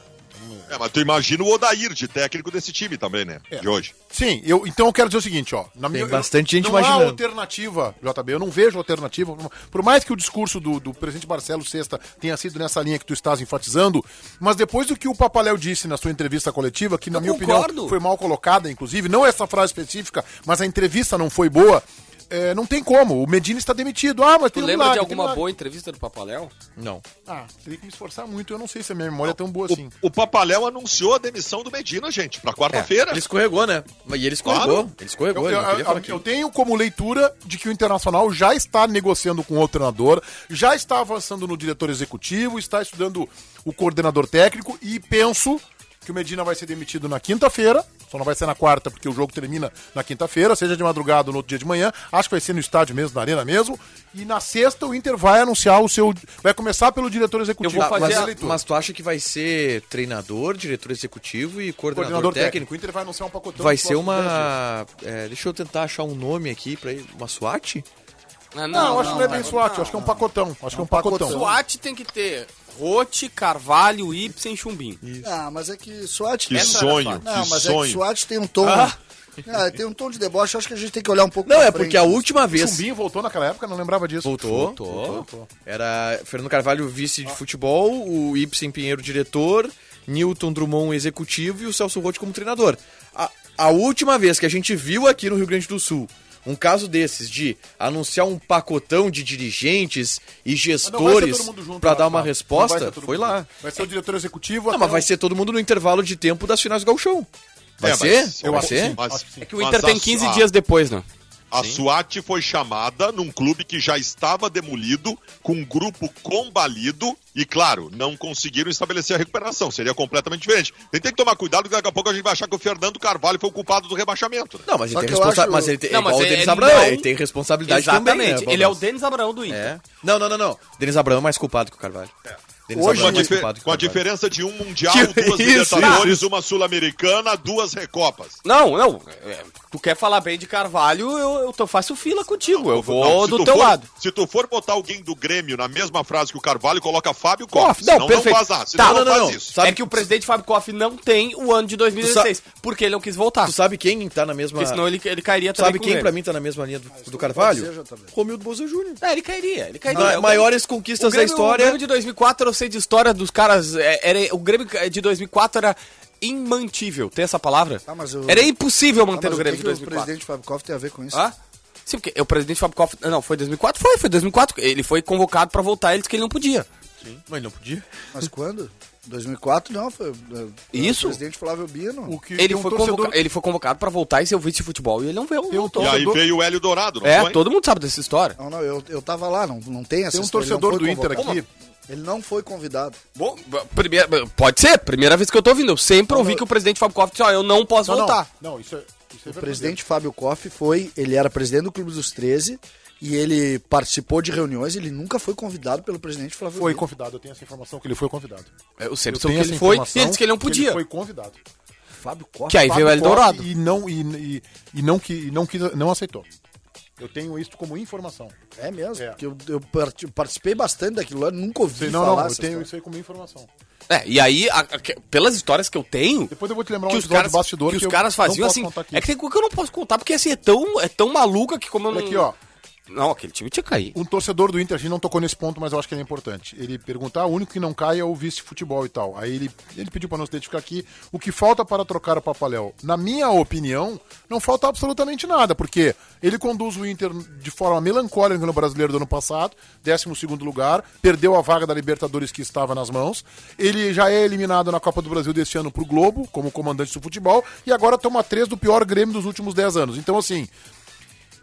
Speaker 4: É, mas tu imagina o Odair de técnico desse time também, né?
Speaker 2: É.
Speaker 4: De hoje.
Speaker 2: Sim, eu, então eu quero dizer o seguinte, ó. Na minha,
Speaker 3: bastante gente
Speaker 2: não
Speaker 3: imaginando.
Speaker 2: há alternativa, JB, eu não vejo alternativa. Por mais que o discurso do, do presidente Marcelo Sexta tenha sido nessa linha que tu estás enfatizando, mas depois do que o Papaléu disse na sua entrevista coletiva, que na
Speaker 5: Eu
Speaker 2: minha opinião
Speaker 5: concordo.
Speaker 2: foi mal colocada, inclusive, não essa frase específica, mas a entrevista não foi boa, é, não tem como. O Medina está demitido. Ah, mas
Speaker 5: Tu
Speaker 2: tem um
Speaker 5: lembra de
Speaker 2: milagre, tem um
Speaker 5: alguma
Speaker 2: milagre.
Speaker 5: boa entrevista do Papaléu?
Speaker 3: Não.
Speaker 2: Ah, teria que me esforçar muito, eu não sei se a minha memória é tão boa assim.
Speaker 4: O, o Papaléu anunciou a demissão do Medina, gente, pra quarta-feira.
Speaker 3: Ele escorregou, né? Mas e ele escorregou.
Speaker 4: Claro.
Speaker 3: Ele escorregou.
Speaker 2: Eu,
Speaker 3: ele
Speaker 2: eu-
Speaker 3: não queria
Speaker 2: eu-
Speaker 3: falar
Speaker 2: eu
Speaker 3: aquilo.
Speaker 2: tenho como leitura de que o Internacional já está negociando com outro treinador, já está avançando no diretor executivo, está estudando o coordenador técnico e penso que o Medina vai ser demitido na quinta-feira, só não vai ser na quarta porque o jogo termina na quinta-feira, seja de madrugada ou no outro dia de manhã, acho que vai ser no estádio mesmo, na arena mesmo, e na sexta o Inter vai anunciar o seu, vai começar pelo diretor executivo. é
Speaker 5: Eu vou
Speaker 3: Tá,
Speaker 5: fazer
Speaker 3: mas,
Speaker 5: a
Speaker 2: leitura.
Speaker 3: mas tu acha que vai ser treinador, diretor executivo e coordenador, técnico? Então
Speaker 2: O Inter vai anunciar um pacotão.
Speaker 3: Vai
Speaker 2: nos
Speaker 3: ser
Speaker 2: próximos dez dias.
Speaker 3: uma. é, deixa eu tentar achar um nome aqui pra ele. Uma SWAT?
Speaker 5: Ah,
Speaker 2: Não, acho que não é bem SWAT, acho que é um pacotão, acho que é um pacotão.
Speaker 5: SWAT tem que ter Rote, Carvalho, Ibsen e Chumbim.
Speaker 8: Ah, mas é que SWAT.
Speaker 4: Que
Speaker 5: Essa era
Speaker 4: sonho,
Speaker 5: fácil.
Speaker 8: Não,
Speaker 4: que
Speaker 8: mas é que
Speaker 4: sonho.
Speaker 8: SWAT tem um tom. Ah, tem um tom de deboche, eu acho que a gente tem que olhar um pouco
Speaker 3: Não,
Speaker 8: pra
Speaker 3: é
Speaker 8: frente. um
Speaker 3: porque a última
Speaker 2: O
Speaker 3: vez.
Speaker 2: Chumbinho voltou naquela época, não lembrava disso.
Speaker 3: Voltou. Era Fernando Carvalho, vice de futebol, o Ibsen Pinheiro, diretor, Newton Drummond, executivo e o Celso Rotti como treinador. A, a última vez que a gente viu aqui no Rio Grande do Sul um caso desses de anunciar um pacotão de dirigentes e gestores pra dar uma resposta foi lá.
Speaker 2: Vai ser É. o diretor executivo.
Speaker 3: Não, mas vai ser todo mundo no intervalo de tempo das finais do Gauchão. Vai
Speaker 4: É,
Speaker 3: ser?
Speaker 4: mas-
Speaker 3: vai
Speaker 4: mas-
Speaker 3: ser?
Speaker 4: mas-
Speaker 5: É que o
Speaker 4: mas
Speaker 5: Inter
Speaker 4: a
Speaker 5: tem
Speaker 4: su-
Speaker 5: 15
Speaker 4: a-
Speaker 5: dias depois, né?
Speaker 4: A SWAT foi chamada num clube que já estava demolido, com um grupo combalido, e claro, não conseguiram estabelecer a recuperação. Seria completamente diferente. Ele tem que tomar cuidado, porque daqui a pouco a gente vai achar que o Fernando Carvalho foi o culpado do rebaixamento. né?
Speaker 3: Não, mas ele
Speaker 8: Só
Speaker 3: tem
Speaker 8: que eu
Speaker 3: responsabilidade.
Speaker 8: acho-
Speaker 3: Mas ele tem, é
Speaker 5: Não, mas
Speaker 3: igual o
Speaker 5: ele
Speaker 3: Denis Abraão,
Speaker 5: não-
Speaker 3: ele tem responsabilidade também. né,
Speaker 5: Exatamente.
Speaker 3: Bob?
Speaker 5: Ele é o Denis Abraão do Inter.
Speaker 3: É. Não, não, não, não. Denis Abraão é mais culpado que o Carvalho. Denis
Speaker 8: Hoje-
Speaker 4: Com a,
Speaker 3: Abraão é mais
Speaker 4: dife-
Speaker 3: culpado que o
Speaker 4: com a
Speaker 3: Carvalho.
Speaker 4: diferença de um Mundial,
Speaker 5: Que
Speaker 4: duas
Speaker 5: isso?
Speaker 4: Libertadores, uma Sul-Americana, duas Recopas.
Speaker 5: Não, não. é, tu quer falar bem de Carvalho, eu, eu tô, faço fila contigo. eu vou
Speaker 4: Não, se
Speaker 5: do
Speaker 4: tu
Speaker 5: teu
Speaker 4: for-
Speaker 5: lado.
Speaker 4: Se tu for botar alguém do Grêmio na mesma frase que o Carvalho, coloca Fábio
Speaker 5: Koff,
Speaker 4: Koff.
Speaker 5: não,
Speaker 4: Senão não
Speaker 5: perfeito.
Speaker 4: faz nada. Senão
Speaker 5: Tá,
Speaker 4: não,
Speaker 3: não, não,
Speaker 4: faz
Speaker 3: não.
Speaker 4: isso.
Speaker 3: Sabe-
Speaker 5: é que o presidente Fábio Koff não tem o ano de 2016, porque ele não quis voltar.
Speaker 3: Tu sabe quem tá na mesma.
Speaker 5: Porque senão ele, ele cairia também
Speaker 3: Sabe
Speaker 5: com
Speaker 3: quem
Speaker 5: ele.
Speaker 3: pra mim tá na mesma linha do, do
Speaker 8: pode ser,
Speaker 3: Carvalho?
Speaker 8: JB.
Speaker 3: Romildo Bolsa Júnior.
Speaker 5: É, ele cairia, ele cairia.
Speaker 3: Ma-
Speaker 5: O
Speaker 3: Maiores
Speaker 5: Grêmio-
Speaker 3: conquistas
Speaker 5: o Grêmio,
Speaker 3: da
Speaker 5: O
Speaker 3: história.
Speaker 5: Grêmio de 2004, eu sei de história dos caras. é, Era, o Grêmio de 2004 era imantível. Tem essa palavra?
Speaker 8: Tá, mas eu-
Speaker 5: Era impossível manter
Speaker 8: Ah, mas
Speaker 5: o
Speaker 8: o que,
Speaker 5: Grêmio de
Speaker 8: que o
Speaker 5: 2004.
Speaker 8: presidente Fábio Koff tem a ver com isso?
Speaker 5: Hã? Sim, porque o presidente Fábio Koff... Não, foi 2004? Foi, foi 2004. Ele foi convocado pra voltar, ele disse que ele não podia.
Speaker 3: Mas não podia.
Speaker 8: Mas quando? 2004 não, foi. eh,
Speaker 5: Isso?
Speaker 8: O presidente Flávio Bino.
Speaker 2: O que
Speaker 5: Ele
Speaker 2: tem um
Speaker 5: foi,
Speaker 2: torcedor-
Speaker 5: convoca- ele foi convocado pra voltar e ser o vice de futebol e ele não veio.
Speaker 2: Tem um
Speaker 5: voltou.
Speaker 4: E aí
Speaker 2: torcedor-
Speaker 4: veio o Hélio Dourado, não
Speaker 5: É,
Speaker 4: foi?
Speaker 5: todo mundo sabe dessa história.
Speaker 8: Não, não, eu, eu tava lá, não, não tem essa
Speaker 2: Tem um
Speaker 8: história, ele não foi
Speaker 2: torcedor do Inter
Speaker 8: convocado.
Speaker 2: aqui.
Speaker 8: Ele não foi convidado.
Speaker 5: Bom, primeira, pode ser, primeira vez que eu tô ouvindo. Eu sempre ouvi que o presidente Fábio Koff disse, ó, eu não posso
Speaker 2: Não, não,
Speaker 5: voltar.
Speaker 2: não, isso é. Isso é
Speaker 8: O
Speaker 2: verdadeiro.
Speaker 8: presidente Fábio Koff foi, ele era presidente do Clube dos 13 e ele participou de reuniões, ele nunca foi convidado pelo presidente Flávio
Speaker 2: foi
Speaker 8: Bino.
Speaker 2: convidado, eu tenho essa informação que ele foi convidado.
Speaker 5: Eu sempre
Speaker 2: Eu
Speaker 5: soube
Speaker 2: tenho
Speaker 5: que É,
Speaker 2: essa
Speaker 5: ele foi e
Speaker 2: informação
Speaker 5: ele disse que ele não podia.
Speaker 2: ele foi convidado.
Speaker 8: Fábio Koff.
Speaker 5: Que aí veio o
Speaker 2: Fábio
Speaker 5: Eldorado.
Speaker 2: Koff E não e, e, e não que e não que não aceitou. Eu tenho isso como informação.
Speaker 8: É mesmo,
Speaker 2: É.
Speaker 8: porque eu, eu parti- participei bastante daquilo lá, nunca ouvi
Speaker 2: Sei- não,
Speaker 8: falar
Speaker 2: não, eu
Speaker 8: essa
Speaker 2: tenho
Speaker 8: história.
Speaker 2: isso aí como informação.
Speaker 5: É, e aí, a- a- que- pelas histórias que eu tenho.
Speaker 2: Depois eu vou te lembrar
Speaker 5: Que
Speaker 2: um
Speaker 5: os,
Speaker 2: episódio
Speaker 5: caras,
Speaker 2: de bastidor
Speaker 5: que os
Speaker 2: eu
Speaker 5: caras
Speaker 2: não
Speaker 5: faziam
Speaker 2: posso
Speaker 5: assim.
Speaker 2: contar aqui.
Speaker 5: É que tem um coisa que eu não posso contar, porque assim, é tão, é tão maluca que como eu não.
Speaker 2: Olha aqui, ó.
Speaker 5: Não, aquele time tinha que cair.
Speaker 2: Um torcedor do Inter, a gente não tocou nesse ponto, mas eu acho que ele é importante. Ele perguntar, o único que não cai é o vice-futebol e tal. Aí ele, ele pediu pra não se identificar aqui o que falta para trocar o Papaléu. Na minha opinião, não falta absolutamente nada, porque ele conduz o Inter de forma melancólica no Brasileiro do ano passado, 12º lugar, perdeu a vaga da Libertadores que estava nas mãos. Ele já é eliminado na Copa do Brasil desse ano pro Globo, como comandante do futebol, e agora toma três do pior Grêmio dos últimos 10 anos. Então, assim,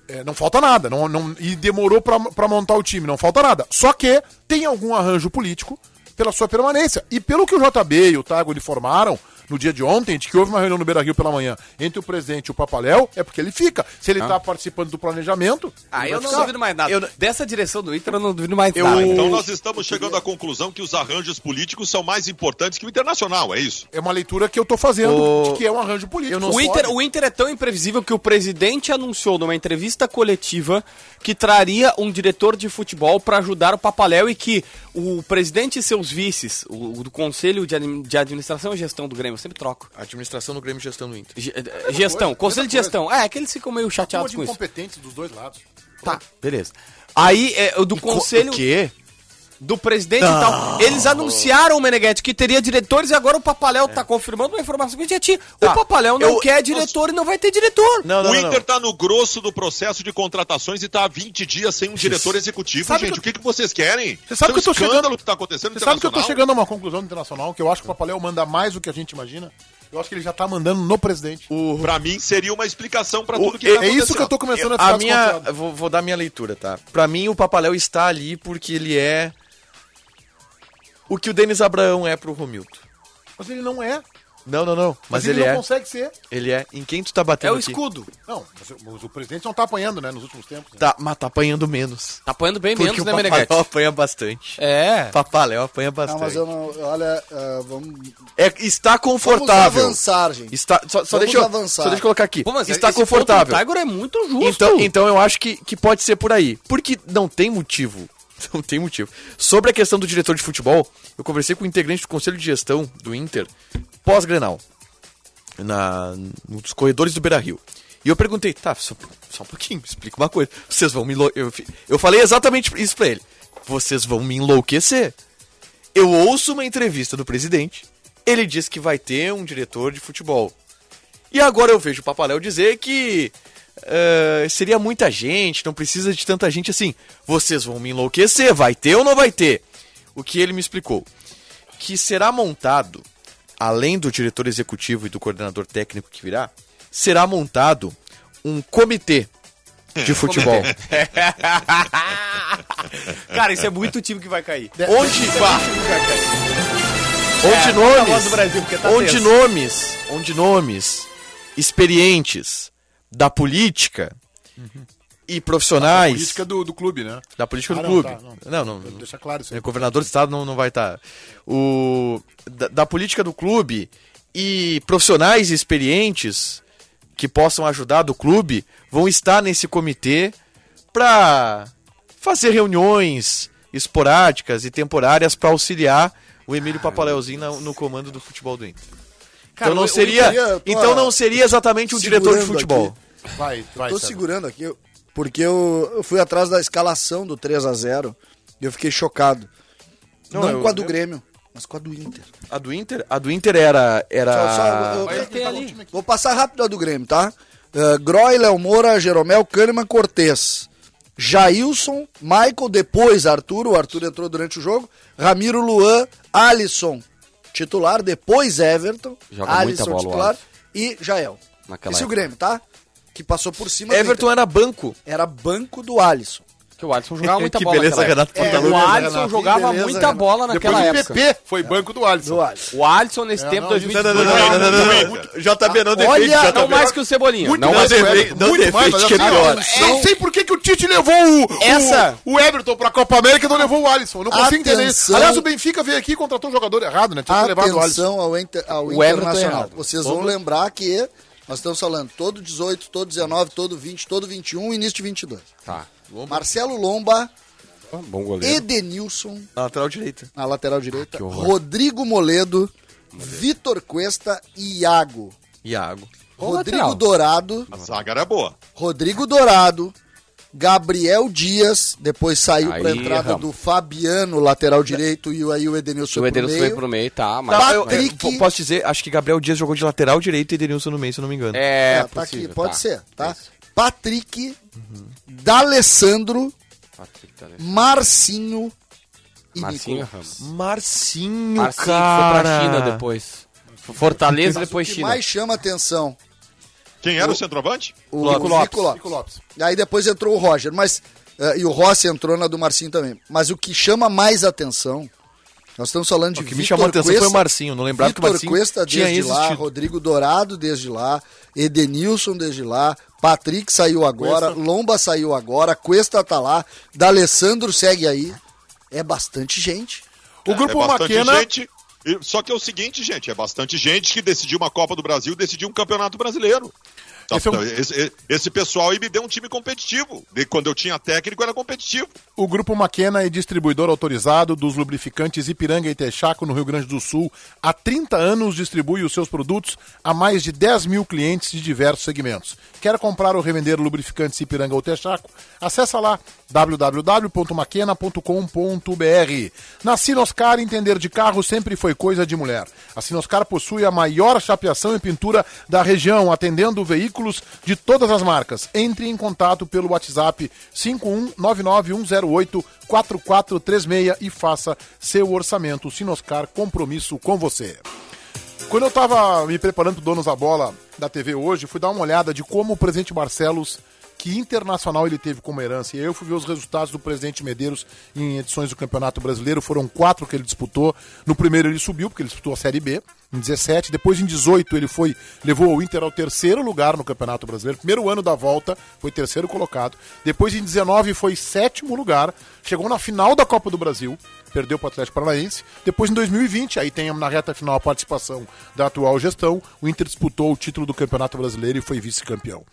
Speaker 2: é, não falta nada. Não, não, e demorou pra pra montar o time, não falta nada. Só que tem algum arranjo político pela sua permanência. E pelo que o JB e o Tago informaram no dia de ontem, de que houve uma reunião no Beira Rio pela manhã entre o presidente e o Papaléu, é porque ele fica. Se
Speaker 5: Ah.
Speaker 2: ele tá participando do planejamento.
Speaker 5: Aí
Speaker 2: ele
Speaker 5: eu
Speaker 2: vai
Speaker 5: não
Speaker 2: ficar.
Speaker 5: duvido mais nada.
Speaker 3: Eu não-
Speaker 5: Dessa direção do Inter eu não duvido mais
Speaker 3: Eu-
Speaker 5: nada.
Speaker 4: Então nós estamos chegando à conclusão que os arranjos políticos são mais importantes que o internacional, é isso?
Speaker 2: É uma leitura que eu tô fazendo
Speaker 3: O-
Speaker 2: de que é um arranjo político.
Speaker 3: Eu não
Speaker 5: O
Speaker 3: sou-
Speaker 2: Pode.
Speaker 5: Inter, o Inter é tão imprevisível que o presidente anunciou numa entrevista coletiva que traria um diretor de futebol para ajudar o Papaléu e que o presidente e seus vices, o, o do Conselho de, Admi- de Administração e Gestão do Grêmio, eu sempre troco.
Speaker 3: A administração do Grêmio e gestão do Inter.
Speaker 5: Ge- eh, gestão,
Speaker 2: coisa,
Speaker 5: Conselho
Speaker 2: mesma
Speaker 5: de Gestão. É, é que eles ficam meio
Speaker 2: Turma
Speaker 5: chateados
Speaker 2: de
Speaker 5: com isso.
Speaker 2: incompetentes dos dois lados.
Speaker 5: Tá, beleza. Aí, é, o do Conselho
Speaker 3: O quê?
Speaker 5: do presidente e tal. Eles anunciaram o Meneghetti que teria diretores e agora o Papaléu tá confirmando uma informação que já tinha.
Speaker 3: É. Tá.
Speaker 5: O Papaléu não
Speaker 3: Eu-
Speaker 5: quer diretor e não vai ter diretor. É
Speaker 3: Não, não,
Speaker 4: o
Speaker 3: não,
Speaker 4: Inter tá no grosso do processo de contratações e tá há 20 dias sem um diretor executivo,
Speaker 2: Sabe
Speaker 4: gente.
Speaker 2: que eu-
Speaker 4: O que, que vocês querem?
Speaker 2: Você sabe
Speaker 4: Isso é um
Speaker 2: que eu tô
Speaker 4: escândalo
Speaker 2: chegando-
Speaker 4: que tá acontecendo no
Speaker 2: Você sabe que eu tô
Speaker 4: Internacional.
Speaker 2: chegando a uma conclusão do internacional, que eu acho que o Papaléu manda mais do que a gente imagina. Eu acho que ele já tá mandando no presidente.
Speaker 4: Pra mim seria uma explicação pra
Speaker 3: O-
Speaker 4: tudo que
Speaker 3: é-
Speaker 4: tá
Speaker 2: É isso
Speaker 4: acontecendo.
Speaker 2: que eu tô começando a ficar
Speaker 3: a minha,
Speaker 2: desconfiado.
Speaker 3: vou, vou dar minha leitura, tá? Pra mim, o Papaléu está ali porque ele é o que o Denis Abraão é pro Romildo.
Speaker 2: Mas ele não é.
Speaker 3: Não, não, não. Mas, ele,
Speaker 2: não
Speaker 3: é.
Speaker 2: consegue ser.
Speaker 3: Ele é. Em quem tu tá
Speaker 5: É
Speaker 3: batendo
Speaker 5: o
Speaker 3: aqui?
Speaker 5: escudo.
Speaker 2: Não, mas, mas o presidente não tá apanhando, né, nos últimos tempos. né?
Speaker 3: Tá, mas tá apanhando menos.
Speaker 5: Tá apanhando bem
Speaker 3: Porque
Speaker 5: menos,
Speaker 3: o
Speaker 5: né,
Speaker 3: Papaléu
Speaker 5: Meneghetti?
Speaker 3: apanha bastante.
Speaker 5: É.
Speaker 3: Papaléu apanha bastante.
Speaker 7: Não, mas eu não. Olha, ah, vamos.
Speaker 3: É, está
Speaker 7: Vamos
Speaker 3: confortável.
Speaker 7: avançar, gente.
Speaker 3: Está, só, só
Speaker 7: Vamos
Speaker 3: deixa eu,
Speaker 7: avançar.
Speaker 3: só deixa eu colocar aqui.
Speaker 5: Pô, mas tá
Speaker 3: está
Speaker 5: esse ponto
Speaker 3: confortável.
Speaker 5: do Tiger é muito justo.
Speaker 3: Então, então eu acho que, que pode ser por aí. Porque não tem motivo. Não tem motivo. Sobre a questão do diretor de futebol, eu conversei com o integrante do Conselho de Gestão do Inter, pós-Grenal, na, nos corredores do Beira-Rio. E eu perguntei, tá, só, só um pouquinho, me explica uma coisa. Vocês vão me enlou- eu, fi- eu falei exatamente isso pra ele. Vocês vão me enlouquecer. Eu ouço uma entrevista do presidente, ele diz que vai ter um diretor de futebol. E agora eu vejo o Papaléu dizer que eh, seria muita gente, não precisa de tanta gente assim. Vocês vão me enlouquecer, vai ter ou não vai ter? O que ele me explicou? Que será montado, além do diretor executivo e do coordenador técnico que virá, será montado um comitê de futebol.
Speaker 5: Cara, isso é muito time que vai cair.
Speaker 3: onde
Speaker 5: É,
Speaker 3: onde
Speaker 5: a voz
Speaker 3: nomes,
Speaker 5: do Brasil, porque tá
Speaker 3: onde
Speaker 5: tenso.
Speaker 3: nomes, onde nomes experientes da política Uhum. e profissionais
Speaker 2: Política do, do clube, né?
Speaker 3: da política
Speaker 2: Ah,
Speaker 3: do
Speaker 2: não,
Speaker 3: clube.
Speaker 2: tá, não.
Speaker 3: não, não, não.
Speaker 2: Deixa claro isso
Speaker 3: É,
Speaker 2: aí.
Speaker 3: governador do estado não, não vai estar. O da, da política do clube e profissionais experientes que possam ajudar do clube vão estar nesse comitê para fazer reuniões esporádicas e temporárias para auxiliar o Emílio Papaléuzinho na- no comando do futebol do Inter.
Speaker 5: Cara,
Speaker 3: então não
Speaker 5: o- o
Speaker 3: seria,
Speaker 7: Inter ia- tô,
Speaker 3: então
Speaker 7: ah,
Speaker 3: não seria exatamente um diretor de
Speaker 7: segurando
Speaker 3: futebol.
Speaker 7: aqui.
Speaker 2: Vai, vai.
Speaker 7: Tô
Speaker 2: Sérgio.
Speaker 7: segurando aqui, eu- porque eu, eu fui atrás da escalação do 3 a 0 e eu fiquei chocado. Não,
Speaker 3: eu-
Speaker 7: com a do
Speaker 3: eu-
Speaker 7: Grêmio, mas com a do Inter.
Speaker 3: A do Inter, a do Inter era
Speaker 5: Ah.
Speaker 3: era
Speaker 7: Só- só- eu-
Speaker 5: Mas tem ali.
Speaker 7: Vou passar rápido a do Grêmio, tá? Uh, Groy, Léo Moura, Jeromel, Kahneman, Cortez. Jailson, Michael, depois Arthur, o Arthur entrou durante o jogo. Ramiro Luan, Alisson, titular, depois Everton,
Speaker 5: Joga muita
Speaker 7: Alisson,
Speaker 5: bola, o
Speaker 7: titular,
Speaker 5: Alisson.
Speaker 7: e Jael.
Speaker 5: Naquela
Speaker 7: Esse é o
Speaker 5: época.
Speaker 7: Grêmio, tá? Que passou por cima do
Speaker 3: Everton
Speaker 7: Inter.
Speaker 3: era banco.
Speaker 7: Era banco do Alisson.
Speaker 5: Que o Alisson jogava muita
Speaker 3: Que
Speaker 5: bola.
Speaker 3: beleza,
Speaker 5: naquela época.
Speaker 3: Renato
Speaker 5: É,
Speaker 3: Portaluppi.
Speaker 5: o
Speaker 2: Beleza,
Speaker 5: Alisson
Speaker 2: Renato.
Speaker 5: jogava
Speaker 7: Beleza,
Speaker 5: muita
Speaker 7: Renato.
Speaker 5: bola naquela
Speaker 2: Depois
Speaker 5: época.
Speaker 2: o PP
Speaker 3: É.
Speaker 2: foi banco do Alisson.
Speaker 7: Do Alisson.
Speaker 5: O Alisson nesse tempo,
Speaker 2: não,
Speaker 5: 2022.
Speaker 2: isso é-
Speaker 5: Não,
Speaker 4: não, não, não, não.
Speaker 3: JB não
Speaker 7: defende,
Speaker 5: Olha,
Speaker 7: JB.
Speaker 5: não mais que o Cebolinha. não
Speaker 3: mais
Speaker 5: mais
Speaker 2: que o
Speaker 3: defende,
Speaker 2: Everton,
Speaker 3: não
Speaker 2: muito mais,
Speaker 3: defende,
Speaker 2: mas
Speaker 3: que é
Speaker 2: assim,
Speaker 3: pior.
Speaker 2: ó, Não sei por que, que o Tite levou o, o-
Speaker 5: Essa-
Speaker 2: o, Everton pra Copa América e não levou o Alisson. Não consigo entender isso.
Speaker 7: Atenção.
Speaker 2: Aliás, o Benfica veio aqui e contratou um jogador errado, né? Tinha que ter levado o Alisson.
Speaker 7: Atenção ao, inter, ao
Speaker 5: O Everton é
Speaker 7: Internacional.
Speaker 5: errado.
Speaker 7: Vocês vão lembrar que nós estamos falando todo 18, todo 19, todo 20, todo 21, início de 22.
Speaker 5: Tá. Ah,
Speaker 7: Marcelo Lomba
Speaker 5: Bom goleiro. Ah,
Speaker 8: Edenilson
Speaker 3: Na lateral direita.
Speaker 8: na lateral direita,
Speaker 5: que horror.
Speaker 8: Rodrigo Moledo, Vitor Cuesta e Iago.
Speaker 3: Iago.
Speaker 5: Bom
Speaker 8: Rodrigo
Speaker 5: lateral.
Speaker 8: Dourado,
Speaker 4: A zaga era boa.
Speaker 8: Rodrigo Dourado, Gabriel Dias, depois saiu
Speaker 5: Aí
Speaker 8: pra entrada
Speaker 5: erramos.
Speaker 8: do Fabiano, lateral direito, e aí o Edenilson,
Speaker 5: O Edenilson
Speaker 8: pro meio.
Speaker 5: veio pro meio, tá, mas...
Speaker 3: Tá, eu-
Speaker 8: Patrick-
Speaker 3: eu po- posso dizer, acho que Gabriel Dias jogou de lateral direito e Denilson no meio, se eu não me engano.
Speaker 5: É,
Speaker 8: É, tá aqui, pode ser, tá? Patrick, D'Alessandro, Marcinho e
Speaker 5: Marcinho
Speaker 8: Nicolas.
Speaker 5: Ramos.
Speaker 3: Marcinho,
Speaker 5: Marcinho foi pra
Speaker 3: cara.
Speaker 5: China depois. Fortaleza,
Speaker 8: Mas o
Speaker 5: depois
Speaker 8: que
Speaker 5: China.
Speaker 8: mais chama atenção,
Speaker 4: Quem era o centroavante?
Speaker 8: o
Speaker 5: Lopes.
Speaker 8: Nico Lopes.
Speaker 2: Nico Lopes.
Speaker 8: Aí depois entrou o Roger, mas eh, e o Rossi entrou na do Marcinho também. Mas o que chama mais atenção, nós estamos falando de
Speaker 3: O que me chamou a atenção foi o Marcinho, não lembrava que o
Speaker 8: Vitor
Speaker 3: Marcinho
Speaker 8: Cuesta
Speaker 3: tinha
Speaker 8: desde lá,
Speaker 3: existido.
Speaker 8: Rodrigo Dourado desde lá, Edenilson desde lá, Patrick saiu agora, Lomba saiu agora, Cuesta tá lá, D'Alessandro segue aí. É bastante gente.
Speaker 2: O grupo
Speaker 4: é bastante
Speaker 2: Maquena.
Speaker 4: gente. e- Só que é o seguinte, gente, é bastante gente que decidiu uma Copa do Brasil, decidiu um Campeonato Brasileiro. Tá-
Speaker 2: Esse é um-
Speaker 4: esse- esse pessoal aí me deu um time competitivo. De quando eu tinha técnico, era competitivo.
Speaker 2: O Grupo Maquena é distribuidor autorizado dos lubrificantes Ipiranga e Texaco, no Rio Grande do Sul. Há 30 anos distribui os seus produtos a mais de 10 mil clientes de diversos segmentos. Quer comprar ou revender lubrificantes Ipiranga ou Texaco? Acesse lá www.maquena.com.br. Na Sinoscar, Assim, entender de carro sempre foi coisa de mulher. A Sinoscar possui a maior chapeação e pintura da região, atendendo veículos de todas as marcas. Entre em contato pelo WhatsApp 51991084436 e faça seu orçamento. Sinoscar, compromisso com você. Quando eu tava me preparando pro Donos da Bola da TV hoje, fui dar uma olhada de como o presidente Barcelos, que internacional ele teve como herança. E aí eu fui ver os resultados do presidente Medeiros em edições do Campeonato Brasileiro. Foram quatro que ele disputou. No primeiro ele subiu, porque ele disputou a Série B, em 17. Depois, em 18, ele foi levou o Inter ao terceiro lugar no Campeonato Brasileiro. Primeiro ano da volta, foi terceiro colocado. Depois, em 19, foi sétimo lugar. Chegou na final da Copa do Brasil perdeu para o Atlético Paranaense. Depois, em 2020, aí tem na reta final a participação da atual gestão, o Inter disputou o título do Campeonato Brasileiro e foi vice-campeão.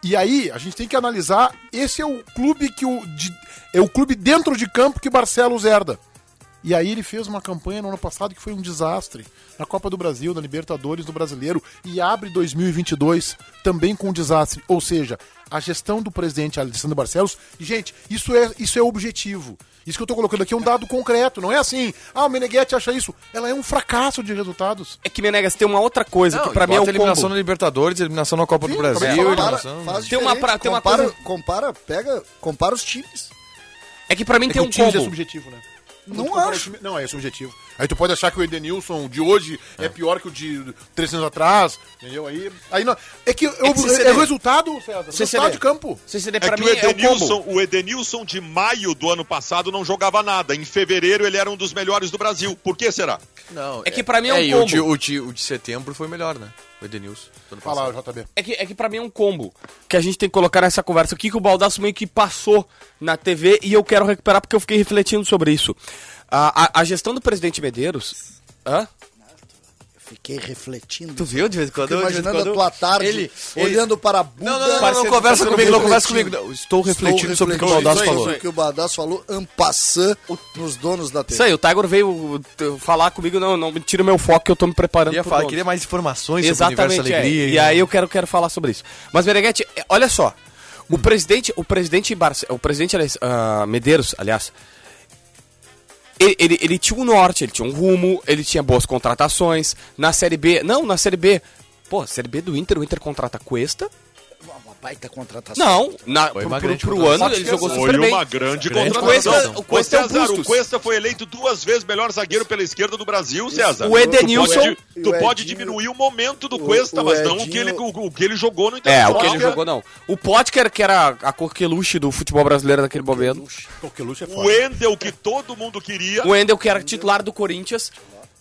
Speaker 2: E aí, a gente tem que analisar, esse é o clube que o de- é o clube dentro de campo que Barcelos herda. E aí ele fez uma campanha no ano passado que foi um desastre. Na Copa do Brasil, na Libertadores, no Brasileiro. E abre 2022 também com um desastre. Ou seja, a gestão do presidente Alessandro Barcelos... E, Gente, isso é, isso é objetivo. Isso que eu tô colocando aqui é um dado concreto. Não é assim, ah, o Meneghetti acha isso. Ela é um fracasso de resultados.
Speaker 5: É que, Menegas, tem uma outra coisa que pra mim é o combo. É,
Speaker 3: eliminação na Libertadores, eliminação na Copa do Brasil,
Speaker 2: acabei de falar.
Speaker 3: eliminação...
Speaker 8: faz
Speaker 5: Tem uma
Speaker 8: diferente,
Speaker 5: pra- tem uma
Speaker 8: compara,
Speaker 5: coisa-
Speaker 8: compara, pega, compara os times.
Speaker 5: É que pra mim tem um combo.
Speaker 2: é subjetivo, né?
Speaker 8: Não
Speaker 2: Tu compara
Speaker 8: acho.
Speaker 2: time- Não, é subjetivo. Aí tu pode achar que o Edenilson de hoje é, pior que o de três anos atrás, entendeu? Aí, aí não. É que eu-
Speaker 5: CCD.
Speaker 2: é, resultado, César. Resultado de campo.
Speaker 5: CCD,
Speaker 4: É
Speaker 5: pra
Speaker 4: que
Speaker 5: mim
Speaker 4: o
Speaker 5: é o combo.
Speaker 4: Edenilson, o Edenilson de maio do ano passado não jogava nada. Em fevereiro ele era um dos melhores do Brasil. Por que será?
Speaker 3: Não,
Speaker 5: É que pra mim é um
Speaker 3: e
Speaker 5: combo.
Speaker 3: O de, o, de, o de setembro foi melhor, né? O Edenilson. do ano
Speaker 2: Fala,
Speaker 3: passado.
Speaker 2: JB.
Speaker 5: É que, é que pra mim é um combo que a gente tem que colocar nessa conversa aqui, que o Baldaço meio que passou na TV e eu quero recuperar porque eu fiquei refletindo sobre isso. A, a- a gestão do presidente Medeiros. Hã?
Speaker 8: Fiquei refletindo.
Speaker 5: Tu viu de vez em quando?
Speaker 8: Fico
Speaker 5: de vez em
Speaker 8: imaginando
Speaker 5: quando-
Speaker 8: a tua tarde,
Speaker 5: Ele- ele-
Speaker 8: olhando para a Buda.
Speaker 3: Não, não, não, não, não,
Speaker 5: Parceiro,
Speaker 3: conversa
Speaker 5: parceiro
Speaker 3: comigo, não conversa
Speaker 8: refletindo.
Speaker 3: comigo. não. Estou refletindo sobre o que o Baldasso
Speaker 8: refletindo
Speaker 3: falou.
Speaker 8: sobre o que o Baldasso falou, ampassã, nos donos da
Speaker 5: Isso
Speaker 8: TV.
Speaker 5: aí, o Tiger veio uh, falar comigo, não, não me tira o meu foco que eu tô me preparando
Speaker 3: Queria,
Speaker 5: pro
Speaker 3: falar,
Speaker 5: Donos.
Speaker 3: queria mais informações sobre o
Speaker 5: Exatamente.
Speaker 3: Universo da Alegria.
Speaker 5: é. E aí eu quero, quero falar sobre isso. Mas, Meneghete, é, olha só. O presidente, o presidente, Barce... o presidente aliás, ah, Medeiros, aliás, ele, ele, ele tinha um norte, ele tinha um rumo, ele tinha boas contratações. Na Série B, não, na Série B, pô, Série B do Inter, o Inter contrata Cuesta.
Speaker 8: Uma baita contratação.
Speaker 5: Não, na,
Speaker 3: Foi
Speaker 5: pro,
Speaker 3: uma
Speaker 5: pro,
Speaker 3: grande
Speaker 5: pro
Speaker 3: contratação.
Speaker 5: ano ele jogou
Speaker 4: Foi
Speaker 5: super bem.
Speaker 4: uma grande
Speaker 3: Grande
Speaker 4: contratação.
Speaker 5: contratação. O Cuesta é o
Speaker 4: Ô, César,
Speaker 5: Bustos.
Speaker 4: o Cuesta foi eleito duas vezes melhor zagueiro pela esquerda do Brasil, César.
Speaker 5: O Edenilson-
Speaker 4: Tu pode,
Speaker 8: e o
Speaker 4: tu pode
Speaker 8: Edinho-
Speaker 4: diminuir o momento do
Speaker 8: o-
Speaker 4: Cuesta,
Speaker 8: o
Speaker 4: mas não o
Speaker 8: Edinho-
Speaker 4: que, ele, o, o que ele jogou no
Speaker 5: É,
Speaker 4: Internacional.
Speaker 5: o que ele jogou não. O Potker, que era a coqueluche do futebol brasileiro naquele momento.
Speaker 2: Coqueluche é
Speaker 4: O Wendel, que todo mundo queria.
Speaker 5: O Endel, que era titular do Corinthians.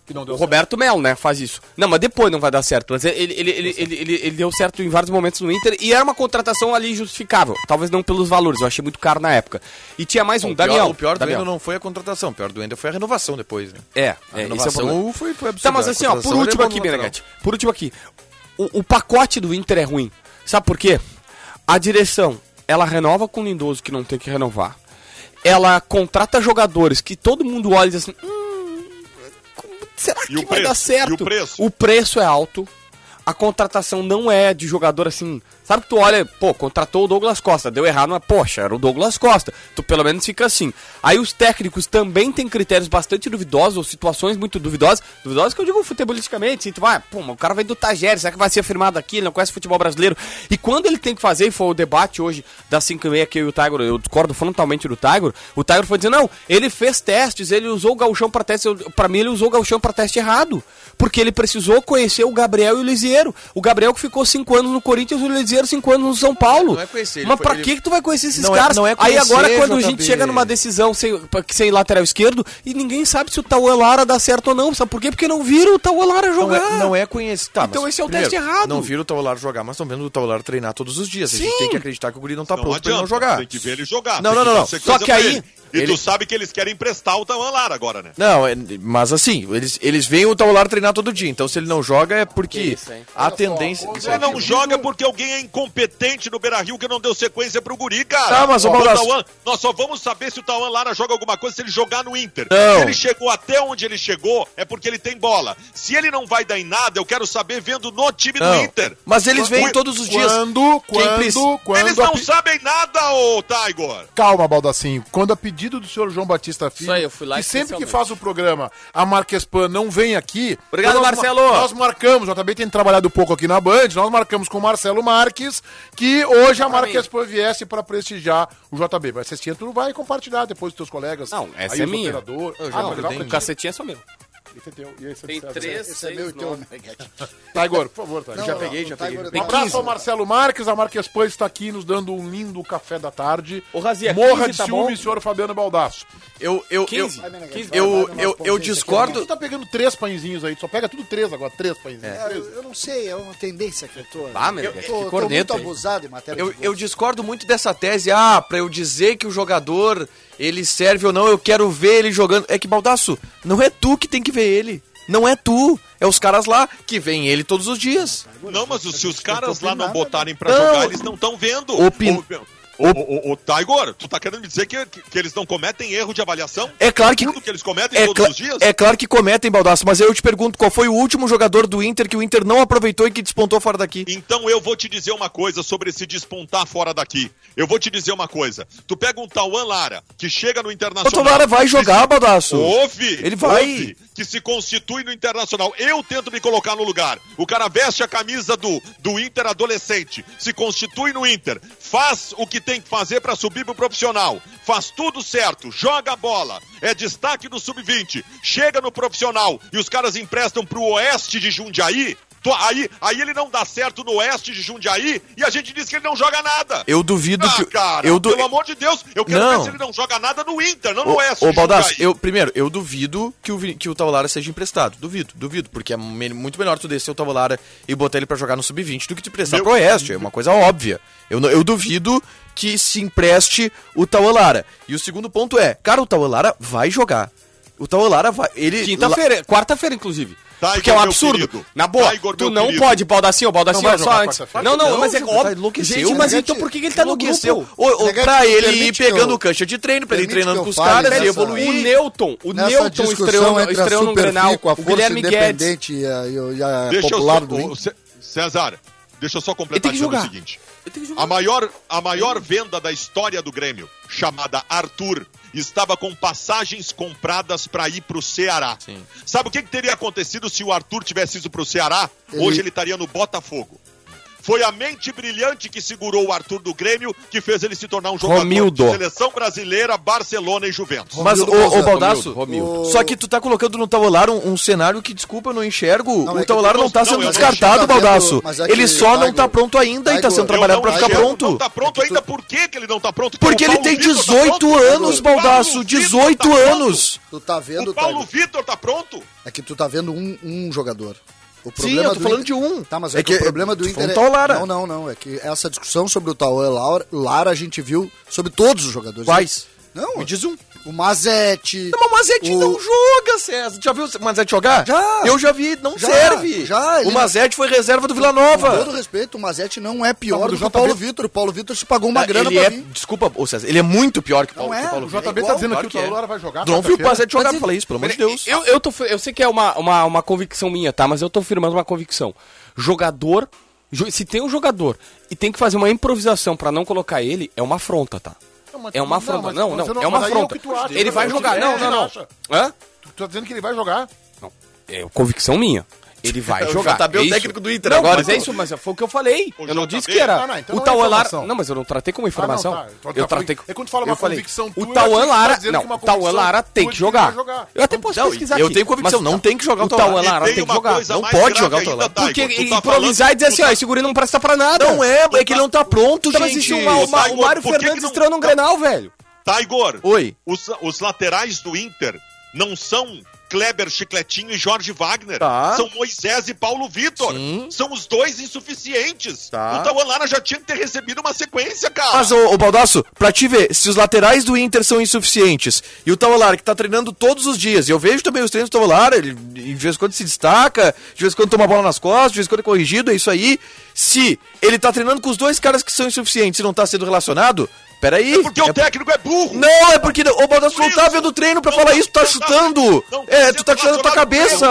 Speaker 2: Que não deu
Speaker 5: O Roberto Melo, né, faz isso. Não, mas depois não vai dar certo. Mas ele, ele, ele, ele, ele, ele deu certo em vários momentos no Inter e era uma contratação ali justificável. Talvez não pelos valores, eu achei muito caro na época. E tinha mais um,
Speaker 3: O pior,
Speaker 5: Daniel.
Speaker 3: o pior do
Speaker 5: Daniel.
Speaker 3: Wendel não foi a contratação, o pior do Wendel foi a renovação depois, né?
Speaker 5: É, é
Speaker 3: A
Speaker 5: isso é o
Speaker 3: renovação
Speaker 5: problema.
Speaker 3: foi, foi né? absurda. é
Speaker 5: Tá, mas assim, ó, por último aqui, Menegatti. Por último aqui. O, o pacote do Inter é ruim. Sabe por quê? A direção, ela renova com o Lindoso, que não tem que renovar. ela contrata jogadores que todo mundo olha e diz assim: "Hum, como- será que
Speaker 4: o
Speaker 5: vai
Speaker 4: preço?
Speaker 5: dar certo?
Speaker 4: E o preço?
Speaker 5: preço é alto. A contratação não é de jogador assim. Sabe que tu olha, pô, contratou o Douglas Costa, deu errado, mas poxa, era o Douglas Costa. Tu pelo menos fica assim. Aí os técnicos também têm critérios bastante duvidosos, ou situações muito duvidosas. Duvidosas que eu digo futebolisticamente. Assim, tu vai, pô, mas o cara veio do Tajeres, será que vai ser afirmado aqui? Ele não conhece futebol brasileiro. E quando ele tem que fazer, e foi o debate hoje das 5 e meia que eu e o Tiger, eu discordo frontalmente do Tiger, o Tiger foi dizer, não, ele fez testes, ele usou o galchão pra teste, eu- pra mim ele usou o galchão pra teste errado, porque ele precisou conhecer o Gabriel e o Lisieiro, o Gabriel que ficou cinco anos no Corinthians, o Lisieiro cinco anos no São Paulo,
Speaker 3: Não é conhecer, ele
Speaker 5: mas
Speaker 3: foi-
Speaker 5: pra
Speaker 3: ele-
Speaker 5: que que tu vai conhecer esses
Speaker 3: Não é-
Speaker 5: caras?
Speaker 3: não é
Speaker 5: Aí agora
Speaker 3: conhecer,
Speaker 5: quando a gente
Speaker 3: JB.
Speaker 5: chega numa decisão sem, pra- que sem lateral esquerdo, e ninguém sabe se o Tauan Lara dá certo ou não, sabe por quê? Porque não viram o Tauan Lara
Speaker 3: Não
Speaker 5: jogar.
Speaker 3: é, não é conhecido. Tá,
Speaker 5: Então
Speaker 3: mas
Speaker 5: esse é o
Speaker 3: primeiro,
Speaker 5: teste errado.
Speaker 3: Não viram o Taular jogar, mas estão vendo o Taular treinar todos os dias. A gente
Speaker 5: Sim.
Speaker 3: tem que acreditar que o Guri não tá
Speaker 4: Não
Speaker 3: pronto pra ele não
Speaker 4: adianta,
Speaker 3: jogar.
Speaker 4: Tem que ver ele jogar.
Speaker 3: Não,
Speaker 4: tem
Speaker 3: não, não,
Speaker 4: dar
Speaker 3: não.
Speaker 4: sequência
Speaker 5: Só que
Speaker 4: pra
Speaker 5: aí,
Speaker 4: ele. E
Speaker 3: ele-
Speaker 4: tu sabe que eles querem emprestar o Taman Lara agora, né?
Speaker 3: Não, é- mas assim, eles, eles veem o Taular treinar todo dia. Então se ele não joga é porque
Speaker 5: Isso, hein?
Speaker 3: a tendência. Isso
Speaker 4: Você
Speaker 3: aí.
Speaker 4: não joga porque alguém é incompetente no Beira Rio que não deu sequência pro Guri, cara.
Speaker 3: Tá, mas, ô,
Speaker 4: Ó,
Speaker 3: Baldasso-
Speaker 4: Tauan- nós só vamos saber se o Tauan Lara joga alguma coisa se ele jogar no Inter.
Speaker 3: Não.
Speaker 4: Se ele chegou até onde ele chegou, é porque ele tem bola. Se ele não vai dar em nada, eu quero saber vendo no time do
Speaker 3: Não.
Speaker 4: Inter.
Speaker 3: Mas eles vêm
Speaker 4: Ui,
Speaker 3: todos os dias.
Speaker 2: Quando,
Speaker 3: Quem
Speaker 2: quando,
Speaker 3: precisa-
Speaker 2: quando...
Speaker 4: Eles
Speaker 2: a
Speaker 4: não
Speaker 2: pe-
Speaker 4: sabem nada, ô Taigor.
Speaker 2: Calma, Baldacinho. Quando a pedido do senhor João Batista Filho,
Speaker 5: Isso aí, eu fui lá
Speaker 2: que sempre que
Speaker 5: especialmente.
Speaker 2: faz o programa, a Marquespan não vem aqui...
Speaker 5: Obrigado,
Speaker 2: nós-
Speaker 5: Marcelo.
Speaker 2: Nós marcamos, eu também tenho trabalhado um pouco aqui na Band, nós marcamos com o Marcelo Marques que hoje a Marquespan viesse para prestigiar o JB. Vai assistir, tu vai compartilhar depois dos teus colegas.
Speaker 5: Não, essa
Speaker 2: Aí
Speaker 5: é
Speaker 2: os
Speaker 5: minha.
Speaker 2: operador-
Speaker 3: Eu já
Speaker 2: Ah, não, legal,
Speaker 3: mandei.
Speaker 2: pra
Speaker 5: O
Speaker 2: ti.
Speaker 5: cacetinho é só meu.
Speaker 2: Esse é teu, e esse é
Speaker 5: Tem
Speaker 2: teu.
Speaker 5: três,
Speaker 2: Esse é
Speaker 5: seis,
Speaker 2: meu e teu,
Speaker 5: nove.
Speaker 2: né? Taigor, por favor, Taigor.
Speaker 3: Já peguei, já peguei.
Speaker 2: Um abraço ao Marcelo Marques, a Marques Pan está aqui nos dando um lindo café da tarde.
Speaker 5: Ô, Razia,
Speaker 2: Morra
Speaker 5: 15
Speaker 2: de
Speaker 5: tá bom?
Speaker 2: ciúme, senhor Fabiano Baldasso.
Speaker 3: Eu, eu, eu,
Speaker 5: 15.
Speaker 3: eu, eu, eu
Speaker 2: Por que
Speaker 3: discordo.
Speaker 2: tu tá pegando três pãezinhos aí? Tu só pega tudo três agora, três pãezinhos.
Speaker 8: Cara, eu, eu não sei, é uma tendência que eu tô.
Speaker 5: Ah, meu
Speaker 8: eu
Speaker 5: Deus,
Speaker 8: tô,
Speaker 5: que
Speaker 8: tô muito
Speaker 5: corneta, hein?
Speaker 8: abusado em matéria
Speaker 3: Eu,
Speaker 8: de
Speaker 3: eu discordo muito dessa tese. Ah, pra eu dizer que o jogador ele serve ou não, eu quero ver ele jogando. É que, Baldaço, não é tu que tem que ver ele. Não é tu. É os caras lá que veem ele todos os dias.
Speaker 4: Não, mas os- se os caras lá não
Speaker 8: nada.
Speaker 4: botarem pra
Speaker 3: Não.
Speaker 4: jogar, eles não estão vendo.
Speaker 3: Opin-
Speaker 4: Ô, Ô, ô, ô, Taigor, tu tá querendo me dizer que, que, que eles não cometem erro de avaliação?
Speaker 3: É claro que.
Speaker 4: Tudo que eles cometem
Speaker 3: É,
Speaker 4: todos
Speaker 3: cla-
Speaker 4: os dias?
Speaker 3: é claro que cometem, Baldaço, mas eu te pergunto qual foi o último jogador do Inter que o Inter não aproveitou e que despontou fora daqui.
Speaker 4: Então eu vou te dizer uma coisa sobre esse despontar fora daqui. Eu vou te dizer uma coisa. Tu pega um Tauan Lara, que chega no
Speaker 3: O
Speaker 4: Internacional.
Speaker 3: Tolara vai jogar,
Speaker 4: que se...
Speaker 3: Baldaço.
Speaker 4: Ouve!
Speaker 3: Ele vai.
Speaker 4: ouve, que se constitui no Internacional. Eu tento me colocar no lugar. O cara veste a camisa do, do Inter adolescente, se constitui no Inter, faz o que tem que fazer pra subir pro profissional, faz tudo certo, joga a bola, é destaque no sub-20, chega no profissional e os caras emprestam pro oeste de Jundiaí. tu- Aí, aí ele não dá certo no oeste de Jundiaí e a gente diz que ele não joga nada.
Speaker 3: Eu duvido
Speaker 4: Ah,
Speaker 3: que.
Speaker 4: cara,
Speaker 3: eu du...
Speaker 4: pelo amor de Deus, eu quero
Speaker 3: Não.
Speaker 4: ver se ele não joga nada no Inter, não no oeste.
Speaker 3: Ô, ô
Speaker 4: de é
Speaker 3: Baldasso,
Speaker 4: Jundiaí.
Speaker 3: eu, primeiro, eu duvido que o, Vi- que o Tavolara seja emprestado. Duvido, duvido, porque é me- muito melhor tu descer o Tavolara e botar ele pra jogar no sub-20 do que tu emprestar
Speaker 4: Meu-
Speaker 3: pro Oeste. É uma coisa óbvia. Eu, não- eu duvido que se empreste o Tavolara. E o segundo ponto é, cara, o Tavolara vai jogar. O Tavolara vai. Ele.
Speaker 5: Quinta-feira, quarta-feira, inclusive.
Speaker 4: Tá,
Speaker 5: porque é um
Speaker 4: Igor, meu
Speaker 5: absurdo.
Speaker 4: querido.
Speaker 5: Na boa,
Speaker 4: Tá, Igor,
Speaker 5: tu
Speaker 4: meu
Speaker 5: não
Speaker 4: querido.
Speaker 5: pode, Baldacinho, Baldacinho,
Speaker 2: Não
Speaker 5: é
Speaker 2: vai jogar
Speaker 5: só antes.
Speaker 2: quarta-feira.
Speaker 5: Não, não,
Speaker 3: Não,
Speaker 5: mas é
Speaker 3: Gil, tá
Speaker 5: óbvio.
Speaker 3: enlouqueceu,
Speaker 5: gente, mas
Speaker 3: né,
Speaker 5: então
Speaker 8: gente?
Speaker 5: por que que ele tá no
Speaker 3: enlouqueceu.
Speaker 5: grupo?
Speaker 3: Ô, ô,
Speaker 8: Negativo,
Speaker 3: pra ele ir
Speaker 8: permite que
Speaker 3: pegando
Speaker 8: eu-
Speaker 3: cancha de treino, pra ele ir
Speaker 8: permite que
Speaker 3: treinando com
Speaker 8: eu
Speaker 3: os
Speaker 8: fale
Speaker 3: caras, ele
Speaker 8: nessa-
Speaker 3: evoluir.
Speaker 5: O Newton, o
Speaker 8: Nessa
Speaker 5: Newton
Speaker 8: discussão
Speaker 5: estreou, no-
Speaker 8: entre a
Speaker 5: estreou no Grenal,
Speaker 8: Superfico, a
Speaker 5: o
Speaker 8: força
Speaker 5: Guilherme Guedes.
Speaker 8: independente e a, e o- e a
Speaker 4: Deixa eu
Speaker 8: popular
Speaker 4: só,
Speaker 8: do
Speaker 4: o,
Speaker 8: Inter.
Speaker 4: Cé- César, deixa eu só completar
Speaker 5: Ele tem que
Speaker 4: dizendo o
Speaker 5: jogar.
Speaker 4: seguinte. A maior, a maior venda da história do Grêmio, chamada Arthur, estava com passagens compradas para ir pro Ceará. Sabe o que, que teria acontecido se o Arthur tivesse ido pro Ceará? Hoje ele estaria no Botafogo. Foi a mente brilhante que segurou o Arthur do Grêmio que fez ele se tornar um jogador
Speaker 5: Romildo.
Speaker 4: de seleção brasileira, Barcelona e Juventus.
Speaker 3: Mas, ô,
Speaker 8: Romildo
Speaker 3: ô
Speaker 8: Cazé.
Speaker 3: Baldasso,
Speaker 5: Romildo,
Speaker 8: Romildo.
Speaker 3: só que tu tá colocando no Tavolar um, um cenário que, desculpa, eu não enxergo.
Speaker 8: Não,
Speaker 3: o
Speaker 8: é que
Speaker 3: Tavolar
Speaker 4: eu não-
Speaker 3: não tá
Speaker 4: não,
Speaker 3: sendo
Speaker 4: eu não
Speaker 3: descartado,
Speaker 8: enxergo, tá
Speaker 3: Baldasso.
Speaker 8: vendo? Mas é que,
Speaker 3: Ele só não tá
Speaker 8: Taigo,
Speaker 3: pronto ainda e tá
Speaker 8: Taigo,
Speaker 3: sendo
Speaker 8: eu
Speaker 3: trabalhado
Speaker 4: não
Speaker 3: pra ficar
Speaker 4: achei-
Speaker 3: pronto.
Speaker 4: Não tá pronto ainda, por que, que ele não tá pronto?
Speaker 3: Porque
Speaker 4: O
Speaker 3: ele
Speaker 4: Paulo
Speaker 3: tem
Speaker 4: Vitor tá
Speaker 3: 18
Speaker 4: pronto?
Speaker 3: anos,
Speaker 4: O Paulo
Speaker 3: Baldasso,
Speaker 4: Vitor tá
Speaker 3: 18
Speaker 4: pronto?
Speaker 3: anos.
Speaker 8: Tu tá vendo,
Speaker 4: O Paulo
Speaker 8: Taigo?
Speaker 4: Vitor tá pronto?
Speaker 8: É que tu tá vendo um, um jogador. O
Speaker 3: Sim, eu tô
Speaker 8: do
Speaker 3: falando
Speaker 8: Inter-
Speaker 3: de um.
Speaker 8: Tá, mas é, que, o problema do
Speaker 3: tu
Speaker 8: Inter é...
Speaker 3: falou do Lara.
Speaker 8: Não, não, não. É que essa discussão sobre o Tauan Lara, Lara a gente viu sobre todos os jogadores.
Speaker 3: Quais?
Speaker 8: Não,
Speaker 3: Me diz um.
Speaker 8: o Mazete.
Speaker 3: Não, mas o Mazete
Speaker 8: o-
Speaker 3: não joga, César. Já viu o Mazete jogar?
Speaker 8: Já.
Speaker 3: Eu já vi, não
Speaker 8: Já,
Speaker 3: serve.
Speaker 8: já, ele-
Speaker 3: O Mazete foi reserva do Vila
Speaker 8: Com
Speaker 3: Nova.
Speaker 8: todo respeito, o Mazete não é pior
Speaker 2: Não, mas
Speaker 8: do
Speaker 2: o
Speaker 8: que o
Speaker 2: JB
Speaker 8: Paulo Vitor. O Paulo Vitor se pagou uma grana
Speaker 3: ele
Speaker 8: pra
Speaker 3: é,
Speaker 8: vir.
Speaker 3: desculpa, ô César, ele é muito pior que o Paulo,
Speaker 8: Não é,
Speaker 3: que o Paulo
Speaker 8: o
Speaker 2: O JB tá
Speaker 8: igual,
Speaker 2: dizendo que
Speaker 3: claro
Speaker 2: o
Speaker 3: que é.
Speaker 2: Taylor vai jogar. tá
Speaker 3: Tu não viu o
Speaker 2: quarta-feira.
Speaker 3: Mazete jogar,
Speaker 5: Mas
Speaker 3: falei isso, pelo amor de
Speaker 5: Peraí,
Speaker 3: Deus.
Speaker 5: Eu, eu, tô, eu sei que é uma, uma, uma convicção minha, tá? Mas eu tô afirmando uma convicção. Jogador. jo- Se tem um jogador e tem que fazer uma improvisação pra não colocar ele, é uma afronta, tá?
Speaker 2: Não, mas-
Speaker 5: É uma
Speaker 2: não,
Speaker 5: afronta.
Speaker 2: mas-
Speaker 5: Não, não,
Speaker 2: mas
Speaker 5: é uma
Speaker 2: mas aí o
Speaker 5: afronta.
Speaker 2: que tu acha,
Speaker 5: ele
Speaker 2: né?
Speaker 5: vai
Speaker 2: Eu
Speaker 5: jogar.
Speaker 2: te-
Speaker 5: Não,
Speaker 2: é,
Speaker 5: não, não.
Speaker 2: acha.
Speaker 5: Hã?
Speaker 2: Tu tá dizendo que ele vai jogar.
Speaker 5: Não. É convicção minha. Ele vai
Speaker 3: O
Speaker 5: jogar.
Speaker 3: JB é o
Speaker 5: isso.
Speaker 3: técnico do Inter
Speaker 5: não,
Speaker 3: agora,
Speaker 5: Mas é
Speaker 3: então.
Speaker 5: isso, mas foi o que eu falei.
Speaker 4: O
Speaker 5: eu não
Speaker 4: JB?
Speaker 5: disse que era.
Speaker 2: Ah, não, então
Speaker 5: o
Speaker 2: não é
Speaker 5: Tauan Lara.
Speaker 2: informação.
Speaker 5: Não, mas eu não tratei como informação.
Speaker 2: Ah, não, tá.
Speaker 5: Eu
Speaker 2: Tá,
Speaker 5: tratei.
Speaker 2: foi- é quando tu fala
Speaker 5: eu
Speaker 2: uma
Speaker 5: falei,
Speaker 2: convicção tua,
Speaker 5: O
Speaker 2: eu
Speaker 5: Tauan
Speaker 2: achei que tu tá
Speaker 5: Lara.
Speaker 2: dizendo
Speaker 5: Não,
Speaker 2: que uma
Speaker 5: o Tauan
Speaker 2: convicção
Speaker 5: Lara tem
Speaker 2: tua
Speaker 5: que
Speaker 2: de que
Speaker 5: jogar.
Speaker 2: vai jogar.
Speaker 5: Eu até posso
Speaker 3: Não,
Speaker 5: pesquisar
Speaker 3: eu
Speaker 5: aqui,
Speaker 3: tenho convicção,
Speaker 5: mas-
Speaker 3: não tem que jogar o
Speaker 5: o Tauan
Speaker 3: Tauan.
Speaker 5: Lara tem que jogar.
Speaker 3: Não pode jogar o Tauan.
Speaker 5: Porque
Speaker 3: tá
Speaker 5: improvisar e dizer assim, ó, esse guri não presta pra nada.
Speaker 3: Não é, é que ele não tá pronto,
Speaker 5: Então, mas
Speaker 3: gente.
Speaker 5: isso é uma- uma-
Speaker 4: Sai,
Speaker 5: o Mário
Speaker 4: por que que
Speaker 5: Fernandes
Speaker 4: não-
Speaker 5: estreou num
Speaker 4: não-
Speaker 5: Grenal, velho.
Speaker 4: Tá, Igor.
Speaker 3: Oi.
Speaker 4: Os, os laterais do Inter não são Kleber Chicletinho e Jorge Wagner.
Speaker 3: Tá.
Speaker 4: São Moisés e Paulo Vitor.
Speaker 3: Sim.
Speaker 4: São os dois insuficientes.
Speaker 3: Tá.
Speaker 4: O Tauan Lara já tinha que ter recebido uma sequência, cara.
Speaker 3: Mas, ô, ô Baldasso, pra te ver, se os laterais do Inter são insuficientes e o Tavalara, que tá treinando todos os dias, e eu vejo também os treinos do Tavalara, ele de vez em quando se destaca, de vez em quando toma a bola nas costas, de vez em quando é corrigido, é isso aí. Se ele tá treinando com os dois caras que são insuficientes e não tá sendo relacionado, peraí.
Speaker 4: É porque o técnico é burro.
Speaker 3: Não, é porque o Baldasso não tá vendo o treino pra falar isso, tu tá chutando. É, tu tá tirando tua
Speaker 4: é
Speaker 3: cabeça.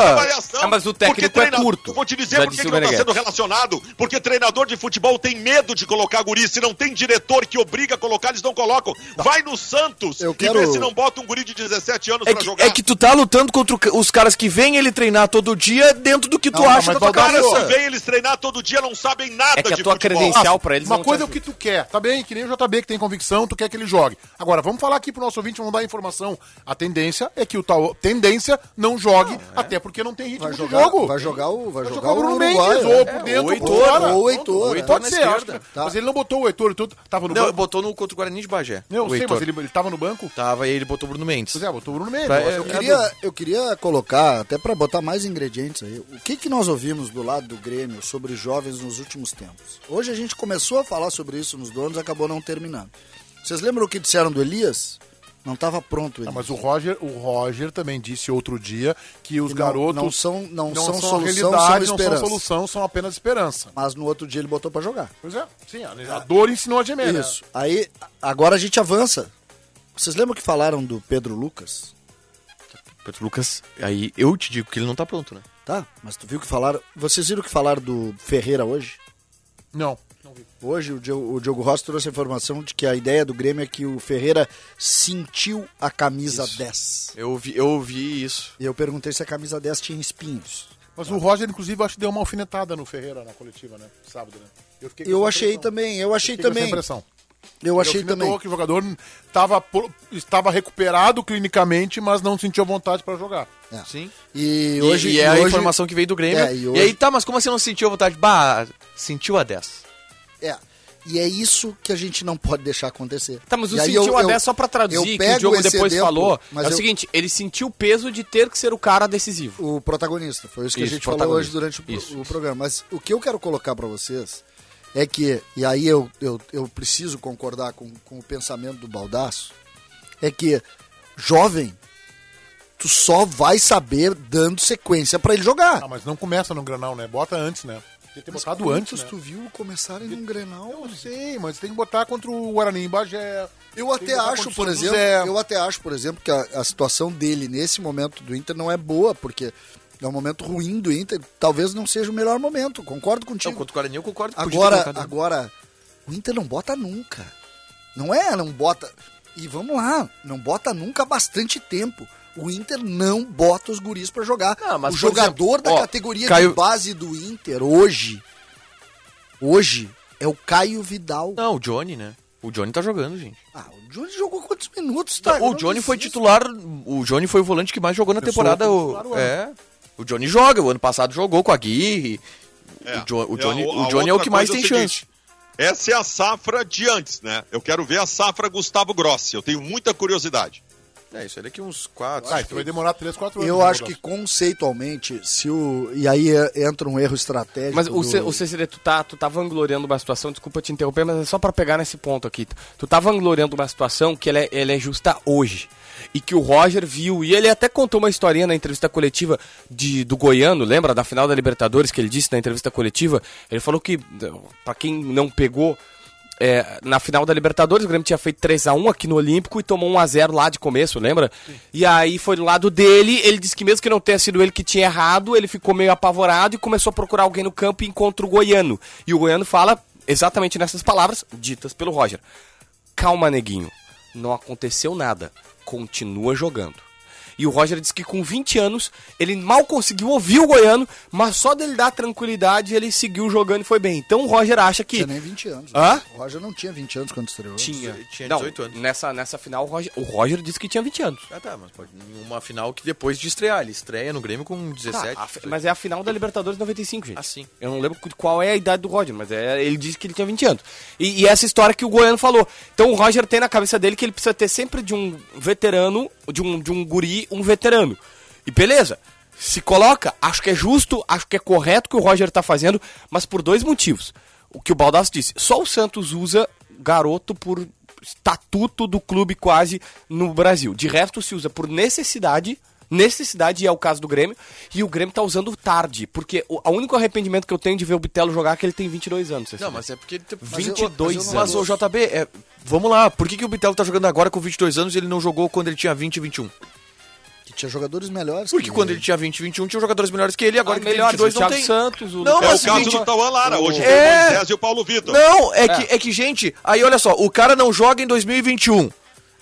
Speaker 5: Ah, mas o técnico é curto.
Speaker 4: curto. Vou te dizer
Speaker 5: Já
Speaker 4: por que
Speaker 5: disse
Speaker 4: que
Speaker 5: o
Speaker 4: não tá
Speaker 5: Meneghetti.
Speaker 4: sendo relacionado. Porque treinador de futebol tem medo de colocar guri. Se não tem diretor que obriga a colocar, eles não colocam. Vai no Santos
Speaker 8: Eu
Speaker 4: e
Speaker 8: quero-
Speaker 4: vê se não bota um guri de 17 anos
Speaker 3: É
Speaker 4: pra
Speaker 3: que,
Speaker 4: jogar.
Speaker 3: é que tu tá lutando contra o ca- os caras que vêm ele treinar todo dia dentro do que tu
Speaker 2: Não, não,
Speaker 3: acha
Speaker 2: mas
Speaker 3: da tua
Speaker 2: Baldasso,
Speaker 3: cabeça.
Speaker 4: Caras que vêm eles treinar todo dia não sabem nada
Speaker 5: É que a
Speaker 4: de
Speaker 5: tua
Speaker 4: futebol.
Speaker 5: credencial pra eles
Speaker 2: Uma
Speaker 5: não te
Speaker 2: coisa é o
Speaker 5: ajuda.
Speaker 2: que tu quer, tá bem? Que nem o JB que tem convicção, tu quer que ele jogue. Agora, vamos falar aqui pro nosso ouvinte, vamos dar informação. A tendência é que o tal tendência não jogue,
Speaker 5: é.
Speaker 2: até porque não tem ritmo
Speaker 8: Vai
Speaker 2: de
Speaker 8: jogar,
Speaker 2: jogo.
Speaker 8: vai jogar o, vai
Speaker 2: Vai
Speaker 8: jogar
Speaker 2: jogar o Bruno Mendes, É.
Speaker 8: Uruguai,
Speaker 2: ou
Speaker 8: né?
Speaker 2: por dentro,
Speaker 3: é. o
Speaker 2: ou
Speaker 3: Heitor,
Speaker 2: fora.
Speaker 8: ou o Heitor,
Speaker 2: Pronto,
Speaker 8: né?
Speaker 2: Pode
Speaker 3: Na
Speaker 2: ser, acho
Speaker 3: esquerda.
Speaker 2: que-
Speaker 8: Tá.
Speaker 2: Mas ele não botou o Heitor, tu tava no
Speaker 3: Não,
Speaker 2: banco.
Speaker 3: botou no contra o Guarani de Bagé.
Speaker 2: Não, eu
Speaker 3: o
Speaker 2: sei,
Speaker 3: Heitor.
Speaker 2: mas ele, ele tava no banco?
Speaker 3: Tava e ele botou o Bruno Mendes.
Speaker 2: Pois é, botou o Bruno Mendes.
Speaker 3: Pra-
Speaker 2: eu acho
Speaker 3: é-
Speaker 2: que-
Speaker 8: Eu queria, eu queria colocar, até para botar mais ingredientes aí, o que, que nós ouvimos do lado do Grêmio sobre jovens nos últimos tempos? Hoje a gente começou a falar sobre isso nos donos, acabou não terminando. Vocês lembram o que disseram do Elias? Não estava pronto ele.
Speaker 2: Ah, mas o Roger, o Roger também disse outro dia que os
Speaker 8: Que não-
Speaker 2: garotos
Speaker 8: não são- não são
Speaker 2: a
Speaker 8: solução, são
Speaker 2: realidade, não são
Speaker 8: esperança.
Speaker 2: solução, são apenas esperança.
Speaker 8: Mas no outro dia ele botou para jogar.
Speaker 2: Pois é, sim, a, a dor ensinou a gemer. né?
Speaker 8: Isso. Aí, a- agora a gente avança. Vocês lembram que falaram do Pedro Lucas?
Speaker 3: Pedro é. Lucas, aí eu te digo que ele não tá pronto, né?
Speaker 8: Tá, mas tu viu que falaram... Vocês viram que falaram do Ferreira hoje?
Speaker 2: Não.
Speaker 8: Hoje o Diogo, o Diogo Rossi trouxe a informação de que a ideia do Grêmio é que o Ferreira sentiu a camisa 10.
Speaker 3: Eu vi, eu vi isso.
Speaker 8: E eu perguntei se a camisa 10 tinha espinhos.
Speaker 2: Mas o Roger, inclusive, acho que deu uma alfinetada no Ferreira na coletiva, né? Sábado, né? Eu, fiquei com
Speaker 8: Eu
Speaker 2: essa
Speaker 8: achei
Speaker 2: impressão.
Speaker 8: também, eu achei
Speaker 2: Fiquei com essa
Speaker 8: também.
Speaker 5: assim.
Speaker 2: impressão.
Speaker 8: Eu achei
Speaker 2: Ele
Speaker 8: também.
Speaker 2: alfinetou que o jogador tava, pro- estava recuperado clinicamente, mas não sentiu vontade para jogar.
Speaker 8: É.
Speaker 3: Sim.
Speaker 8: E
Speaker 3: E,
Speaker 8: hoje
Speaker 3: e é a
Speaker 8: hoje-
Speaker 3: informação que veio do Grêmio.
Speaker 8: É,
Speaker 3: e,
Speaker 8: e hoje-
Speaker 3: aí, tá, mas como assim não sentiu a vontade? Bah, sentiu a 10.
Speaker 8: É. E é isso que a gente não pode deixar acontecer.
Speaker 5: Tá, mas o
Speaker 8: E aí
Speaker 5: sentiu
Speaker 8: eu-
Speaker 5: a
Speaker 8: eu-
Speaker 5: 10, só pra
Speaker 8: eu
Speaker 5: traduzir, que o
Speaker 8: pego
Speaker 5: Diogo
Speaker 8: esse
Speaker 5: depois
Speaker 8: exemplo,
Speaker 5: falou, é
Speaker 8: mas
Speaker 5: o
Speaker 8: eu-
Speaker 5: seguinte, ele sentiu o peso de ter que ser o cara decisivo.
Speaker 8: o protagonista. Foi isso que
Speaker 5: Isso,
Speaker 8: a gente falou
Speaker 5: protagonista.
Speaker 8: hoje durante o, pro-
Speaker 5: Isso,
Speaker 8: o
Speaker 5: isso.
Speaker 8: programa. Mas o que eu quero colocar pra vocês é que, e aí eu, eu, eu preciso concordar com, com o pensamento do Baldaço, é que jovem, tu só vai saber dando sequência pra ele
Speaker 2: Ah,
Speaker 8: jogar.
Speaker 2: mas não começa no Granal, né? Bota antes, né? Tem ter botado antes, né?
Speaker 8: tu viu começarem num Grenal?
Speaker 2: Eu sei, mas tem que botar contra o Guarani em Bagé.
Speaker 8: Eu até
Speaker 2: tá
Speaker 8: acho, por exemplo,
Speaker 2: É.
Speaker 8: eu até acho, por exemplo, que a, a situação dele nesse momento do Inter não é boa, porque é um momento ruim do Inter, talvez não seja o melhor momento. Concordo
Speaker 3: Então,
Speaker 8: contigo.
Speaker 3: contra o Guarani eu concordo. que podia ter
Speaker 8: Agora,
Speaker 3: colocado.
Speaker 8: agora, o Inter não bota nunca. Não é, não bota. E vamos lá, não bota nunca há bastante tempo. O Inter não bota os guris pra jogar.
Speaker 3: Ah, mas,
Speaker 8: o
Speaker 3: por
Speaker 8: jogador
Speaker 3: exemplo,
Speaker 8: da
Speaker 3: ó,
Speaker 8: categoria
Speaker 3: Caio-
Speaker 8: de base do Inter hoje, hoje, é o Caio Vidal.
Speaker 3: Não, o Johnny, né? O Johnny tá jogando, gente.
Speaker 8: Ah, o Johnny jogou quantos minutos, tá? Eu
Speaker 3: o
Speaker 8: não
Speaker 3: Johnny foi
Speaker 8: desisto.
Speaker 3: titular. O Johnny foi o volante que mais jogou na temporada. O, é. O Johnny joga. O ano passado jogou com a Aguirre.
Speaker 4: É.
Speaker 3: O, Jo- o
Speaker 4: É,
Speaker 3: Johnny,
Speaker 4: a-
Speaker 3: o
Speaker 4: a
Speaker 3: Johnny é o
Speaker 4: outra
Speaker 3: que mais tem
Speaker 4: coisa é o
Speaker 3: chance.
Speaker 4: seguinte, Essa é a safra de antes, né? Eu quero ver a safra Gustavo Grossi. Eu tenho muita curiosidade.
Speaker 3: É, isso aí daqui uns 4,
Speaker 2: Ah, isso vai demorar 3, 4 anos.
Speaker 7: Eu
Speaker 2: né,
Speaker 7: acho que
Speaker 2: Rodolfo?
Speaker 7: conceitualmente, se o. E aí é, entra um erro estratégico.
Speaker 5: Mas
Speaker 7: do-
Speaker 5: o, C, o CCD, tu tá, tu tá vangloriando uma situação, desculpa te interromper, mas é só pra pegar nesse ponto aqui. Tu tá vangloriando uma situação que ela é, ela é justa hoje. E que o Roger viu, e ele até contou uma historinha na entrevista coletiva de, do Goiano, lembra? Da final da Libertadores, que ele disse na entrevista coletiva. Ele falou que, pra quem não pegou, é, na final da Libertadores, o Grêmio tinha feito 3 a 1 aqui no Olímpico e tomou 1 a 0 lá de começo, lembra? E aí foi do lado dele, ele disse que mesmo que não tenha sido ele que tinha errado, ele ficou meio apavorado e começou a procurar alguém no campo e encontra o goiano. E o goiano fala exatamente nessas palavras ditas pelo Roger. Calma, neguinho, não aconteceu nada. Continua jogando. E o Roger disse que com 20 anos ele mal conseguiu ouvir o goiano, mas só dele dar tranquilidade ele seguiu jogando e foi bem. Então o Roger acha que
Speaker 7: Tinha nem 20 anos.
Speaker 5: Hã?
Speaker 7: O Roger não tinha 20 anos quando estreou.
Speaker 5: tinha.
Speaker 3: Tinha
Speaker 5: Não,
Speaker 3: 18 anos.
Speaker 5: Nessa, nessa final, o Roger, o Roger disse que tinha 20 anos.
Speaker 3: Ah, tá, mas pode uma final que depois de estrear, ele estreia no Grêmio com 17.
Speaker 5: Tá, a fi-
Speaker 3: 18.
Speaker 5: mas é a final da Libertadores 95, gente.
Speaker 3: Ah, sim.
Speaker 5: Eu não lembro cu- qual é a idade do Roger, mas é, ele disse que ele tinha 20 anos. E, e essa história que o Goiano falou. Então o Roger tem na cabeça dele que ele precisa ter sempre de um veterano, de um, de um guri, um veterano. E beleza, se coloca, acho que é justo, acho que é correto o que o Roger tá fazendo, mas por dois motivos. O que o Baldasso disse, só o Santos usa garoto por estatuto do clube quase no Brasil. De resto se usa por necessidade, necessidade e é o caso do Grêmio, e o Grêmio tá usando tarde, porque o a único arrependimento que eu tenho de ver o Bitelo jogar é que ele tem 22 anos.
Speaker 3: Não, mas é porque ele tem
Speaker 5: 22
Speaker 3: mas,
Speaker 5: anos.
Speaker 3: Mas o JB, é, vamos lá, por que, que o Bitelo tá jogando agora com 22 anos e ele não jogou quando ele tinha 20 e 21?
Speaker 7: Que tinha jogadores melhores.
Speaker 3: Porque
Speaker 7: que-
Speaker 3: quando ele tinha 20 e 21 tinha jogadores melhores que ele, agora
Speaker 5: Ah,
Speaker 3: que tem
Speaker 5: melhores,
Speaker 3: 22
Speaker 5: o
Speaker 3: não
Speaker 5: Thiago
Speaker 3: tem.
Speaker 5: Santos, o
Speaker 3: não,
Speaker 5: Lucas
Speaker 4: É
Speaker 3: mas
Speaker 4: o caso
Speaker 3: seguinte,
Speaker 4: do Tauan Lara, hoje tem
Speaker 3: É.
Speaker 4: o Moisés e o Paulo Vitor.
Speaker 3: Não, é, Que, é que, gente, aí olha só, o cara não joga em 2021.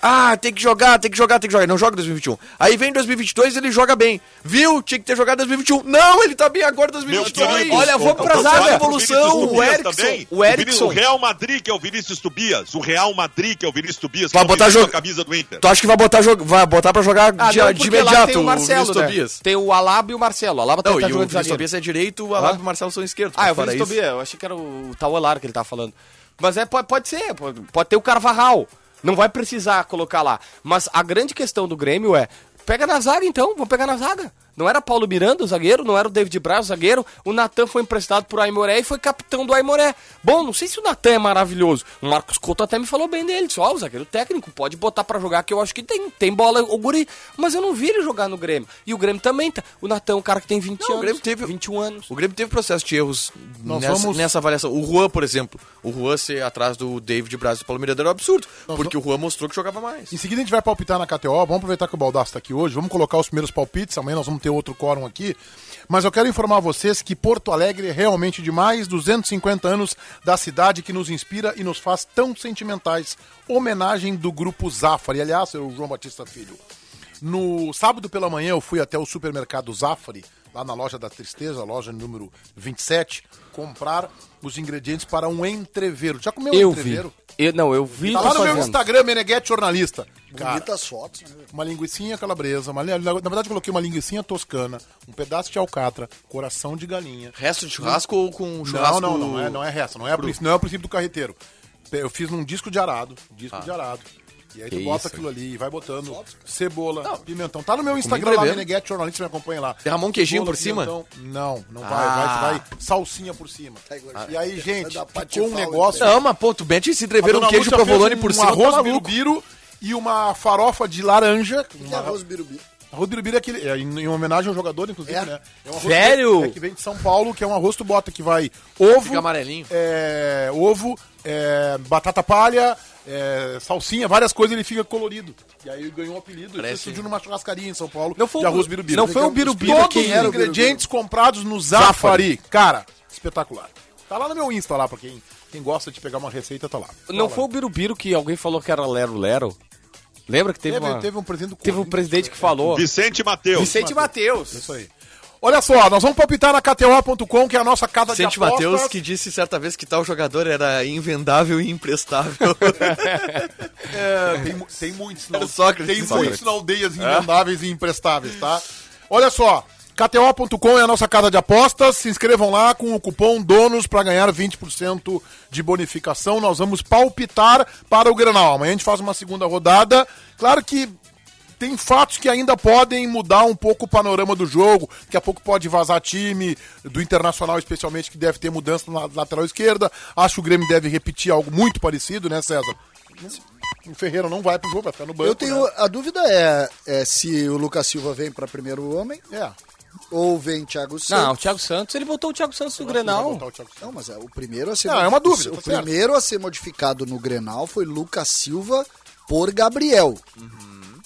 Speaker 3: Ah, tem que jogar, tem que jogar, tem que jogar. Ele não joga em 2021. Aí vem 2022 ele joga bem. Viu? Tinha que ter jogado em 2021. Não, ele tá bem agora em 2022.
Speaker 4: Meu querido,
Speaker 5: Olha, eu vou
Speaker 4: o-
Speaker 5: pra
Speaker 4: o-
Speaker 5: zaga.
Speaker 4: olha
Speaker 5: a
Speaker 4: pro
Speaker 5: evolução,
Speaker 4: Vinícius
Speaker 5: o
Speaker 4: Tobias
Speaker 5: Erickson.
Speaker 4: também.
Speaker 5: O
Speaker 4: Vinícius- O
Speaker 5: Erickson.
Speaker 4: Real Madrid, que é o Vinícius Tobias. O Real Madrid, que é o Vinícius Tobias. que
Speaker 3: Vai
Speaker 4: é o
Speaker 3: botar
Speaker 4: Vinícius
Speaker 3: jo-
Speaker 4: com a camisa do Inter.
Speaker 3: Tu acha que vai botar, jog- vai botar pra jogar
Speaker 5: Ah,
Speaker 3: de,
Speaker 5: não,
Speaker 3: de
Speaker 5: porque lá
Speaker 3: imediato
Speaker 5: tem o Marcelo,
Speaker 3: Vinícius
Speaker 5: né?
Speaker 3: Tobias?
Speaker 5: Tem o Alaba e o Marcelo. O Alaba tá,
Speaker 3: Não,
Speaker 5: tá
Speaker 3: e o
Speaker 5: jogando de
Speaker 3: Vinícius
Speaker 5: zagueiro.
Speaker 3: Tobias é direito, o Alaba
Speaker 5: Ah.
Speaker 3: e o Marcelo são esquerdos.
Speaker 5: Ah, eu
Speaker 3: Fora
Speaker 5: vi
Speaker 3: isso.
Speaker 5: Tobias, eu achei que era o Tauelar que ele tava falando. Mas é, pode, pode ser, pode, pode ter o Carvajal. Não vai precisar colocar lá. Mas a grande questão do Grêmio é: pega na zaga então, vamos pegar na zaga. Não era Paulo Miranda o zagueiro, não era o David Braz o zagueiro. O Natan foi emprestado por Aimoré e foi capitão do Aimoré. Bom, não sei se o Natan é maravilhoso. O Marcos Couto até me falou bem dele. Só o zagueiro técnico pode botar pra jogar, que eu acho que tem, tem bola o guri. Mas eu não vi ele jogar no Grêmio. E o Grêmio também tá. O Natan é um cara que tem 20
Speaker 3: Não, o
Speaker 5: anos.
Speaker 3: Grêmio teve-
Speaker 5: 21 anos.
Speaker 3: O Grêmio teve processo de erros
Speaker 2: Nós
Speaker 3: nessa,
Speaker 2: vamos-
Speaker 3: nessa avaliação. O Juan, por exemplo. O Juan ser atrás do David Braz e do Paulo Miranda era um absurdo. porque o Juan mostrou que jogava mais.
Speaker 2: Em seguida a gente vai palpitar na KTO, vamos aproveitar que o Baldaço está aqui hoje, vamos colocar os primeiros palpites, amanhã nós vamos ter outro quórum aqui. Mas eu quero informar vocês que Porto Alegre é realmente demais, 250 anos da cidade que nos inspira e nos faz tão sentimentais. Homenagem do grupo Zafari, aliás, era o João Batista Filho. No sábado pela manhã eu fui até o supermercado Zafari, lá na loja da Tristeza, loja número 27, comprar os ingredientes para um entreveiro. Já comeu
Speaker 5: Eu vi.
Speaker 2: entreveiro?
Speaker 5: Eu, não, eu vi.
Speaker 2: Tá
Speaker 5: tô
Speaker 2: lá no meu
Speaker 5: fazendo.
Speaker 2: Instagram, Meneghete Jornalista. Cara,
Speaker 7: Bonitas fotos. né?
Speaker 2: uma linguiçinha calabresa, uma, li- na verdade eu coloquei uma linguiçinha toscana, um pedaço de alcatra, coração de galinha.
Speaker 3: Resto de churrasco ou com churrasco?
Speaker 2: Não, não, não é, não é resta, não é, a princípio- não é o princípio do carreteiro. Pe- Eu fiz num disco de arado,
Speaker 3: Ah.
Speaker 2: disco de arado. E aí tu bota aquilo ali e vai botando cebola, pimentão. Tá no meu Instagram lá,
Speaker 3: entrevendo.
Speaker 2: Meneghete Jornalista, me acompanha lá.
Speaker 3: Derramou um queijinho por cima? Ah.
Speaker 2: pimentão. Não, não vai, vai, vai salsinha por cima. E aí, gente,
Speaker 7: Tá da
Speaker 2: ficou
Speaker 7: Patifal,
Speaker 2: um negócio...
Speaker 3: Não, mas pô, tu mete esse entrever
Speaker 2: A
Speaker 3: um
Speaker 2: dona
Speaker 3: queijo
Speaker 2: Lúcia fez
Speaker 3: provolone por
Speaker 2: um
Speaker 3: cima,
Speaker 2: arroz
Speaker 3: tá maluco.
Speaker 2: birubiru e uma farofa de laranja.
Speaker 7: Que
Speaker 2: Uma-
Speaker 7: arroz birubi.
Speaker 2: Arroz birubiru é aquele, é, em em homenagem ao jogador, inclusive, né? É um arroz
Speaker 5: Sério?
Speaker 2: Que, é que vem de São Paulo, que é um arroz tu bota que vai ovo,
Speaker 3: Fica amarelinho.
Speaker 2: é, ovo, é, batata palha, é, salsinha, várias coisas, ele fica colorido. E aí ele ganhou um apelido,
Speaker 3: Parece-
Speaker 2: isso surgiu numa churrascaria em São Paulo,
Speaker 5: Não foi
Speaker 2: de
Speaker 5: o-
Speaker 2: arroz birubiru.
Speaker 5: não foi o birubiru
Speaker 2: Todos
Speaker 5: que
Speaker 2: os
Speaker 5: era o
Speaker 7: birubiru.
Speaker 2: ingredientes comprados no Zafari. Cara, espetacular. Tá lá no meu Insta lá, pra quem, quem gosta de pegar uma receita, tá lá.
Speaker 5: Não
Speaker 2: Tá lá.
Speaker 5: foi um- o Birubiru que alguém falou que era Lero Lero? Lembra que teve,
Speaker 2: Teve,
Speaker 5: uma...
Speaker 2: teve um presidente do
Speaker 5: teve um
Speaker 2: Corinthians,
Speaker 5: presidente que falou.
Speaker 4: Vicente Matheus.
Speaker 5: Vicente Matheus.
Speaker 2: É Isso aí. Olha só, nós vamos palpitar na KTO.com, que é a nossa casa de
Speaker 3: Vicente
Speaker 2: apostas.
Speaker 3: Matheus que disse certa vez que tal jogador era invendável e imprestável.
Speaker 2: Tem, mu- tem muitos na,
Speaker 3: Era É o Sócrates,
Speaker 2: tem
Speaker 3: Sócrates.
Speaker 2: muitos na
Speaker 3: É?
Speaker 2: aldeias invendáveis e imprestáveis, tá? Olha só, KTO.com é a nossa casa de apostas. Se inscrevam lá com o cupom DONOS para ganhar 20% de bonificação. Nós vamos palpitar para o Granal. Amanhã a gente faz uma segunda rodada. Claro que tem fatos que ainda podem mudar um pouco o panorama do jogo. Daqui a pouco pode vazar time, do Internacional especialmente, que deve ter mudança na lateral esquerda. Acho que o Grêmio deve repetir algo muito parecido, né, César? O Ferreira não vai pro jogo, vai ficar no banco.
Speaker 8: Eu tenho.
Speaker 2: né?
Speaker 8: A dúvida é, é se o Lucas Silva vem pra primeiro homem
Speaker 2: É.
Speaker 8: ou vem Thiago Santos.
Speaker 5: Não, o Thiago Santos, ele botou o Thiago Santos no Grenal.
Speaker 2: Botar o Thiago Silva.
Speaker 8: Não, mas é, o primeiro a ser
Speaker 2: Não, é uma dúvida,
Speaker 8: O
Speaker 2: tá certo.
Speaker 8: primeiro a ser modificado no Grenal foi Lucas Silva por Gabriel.
Speaker 2: Uhum,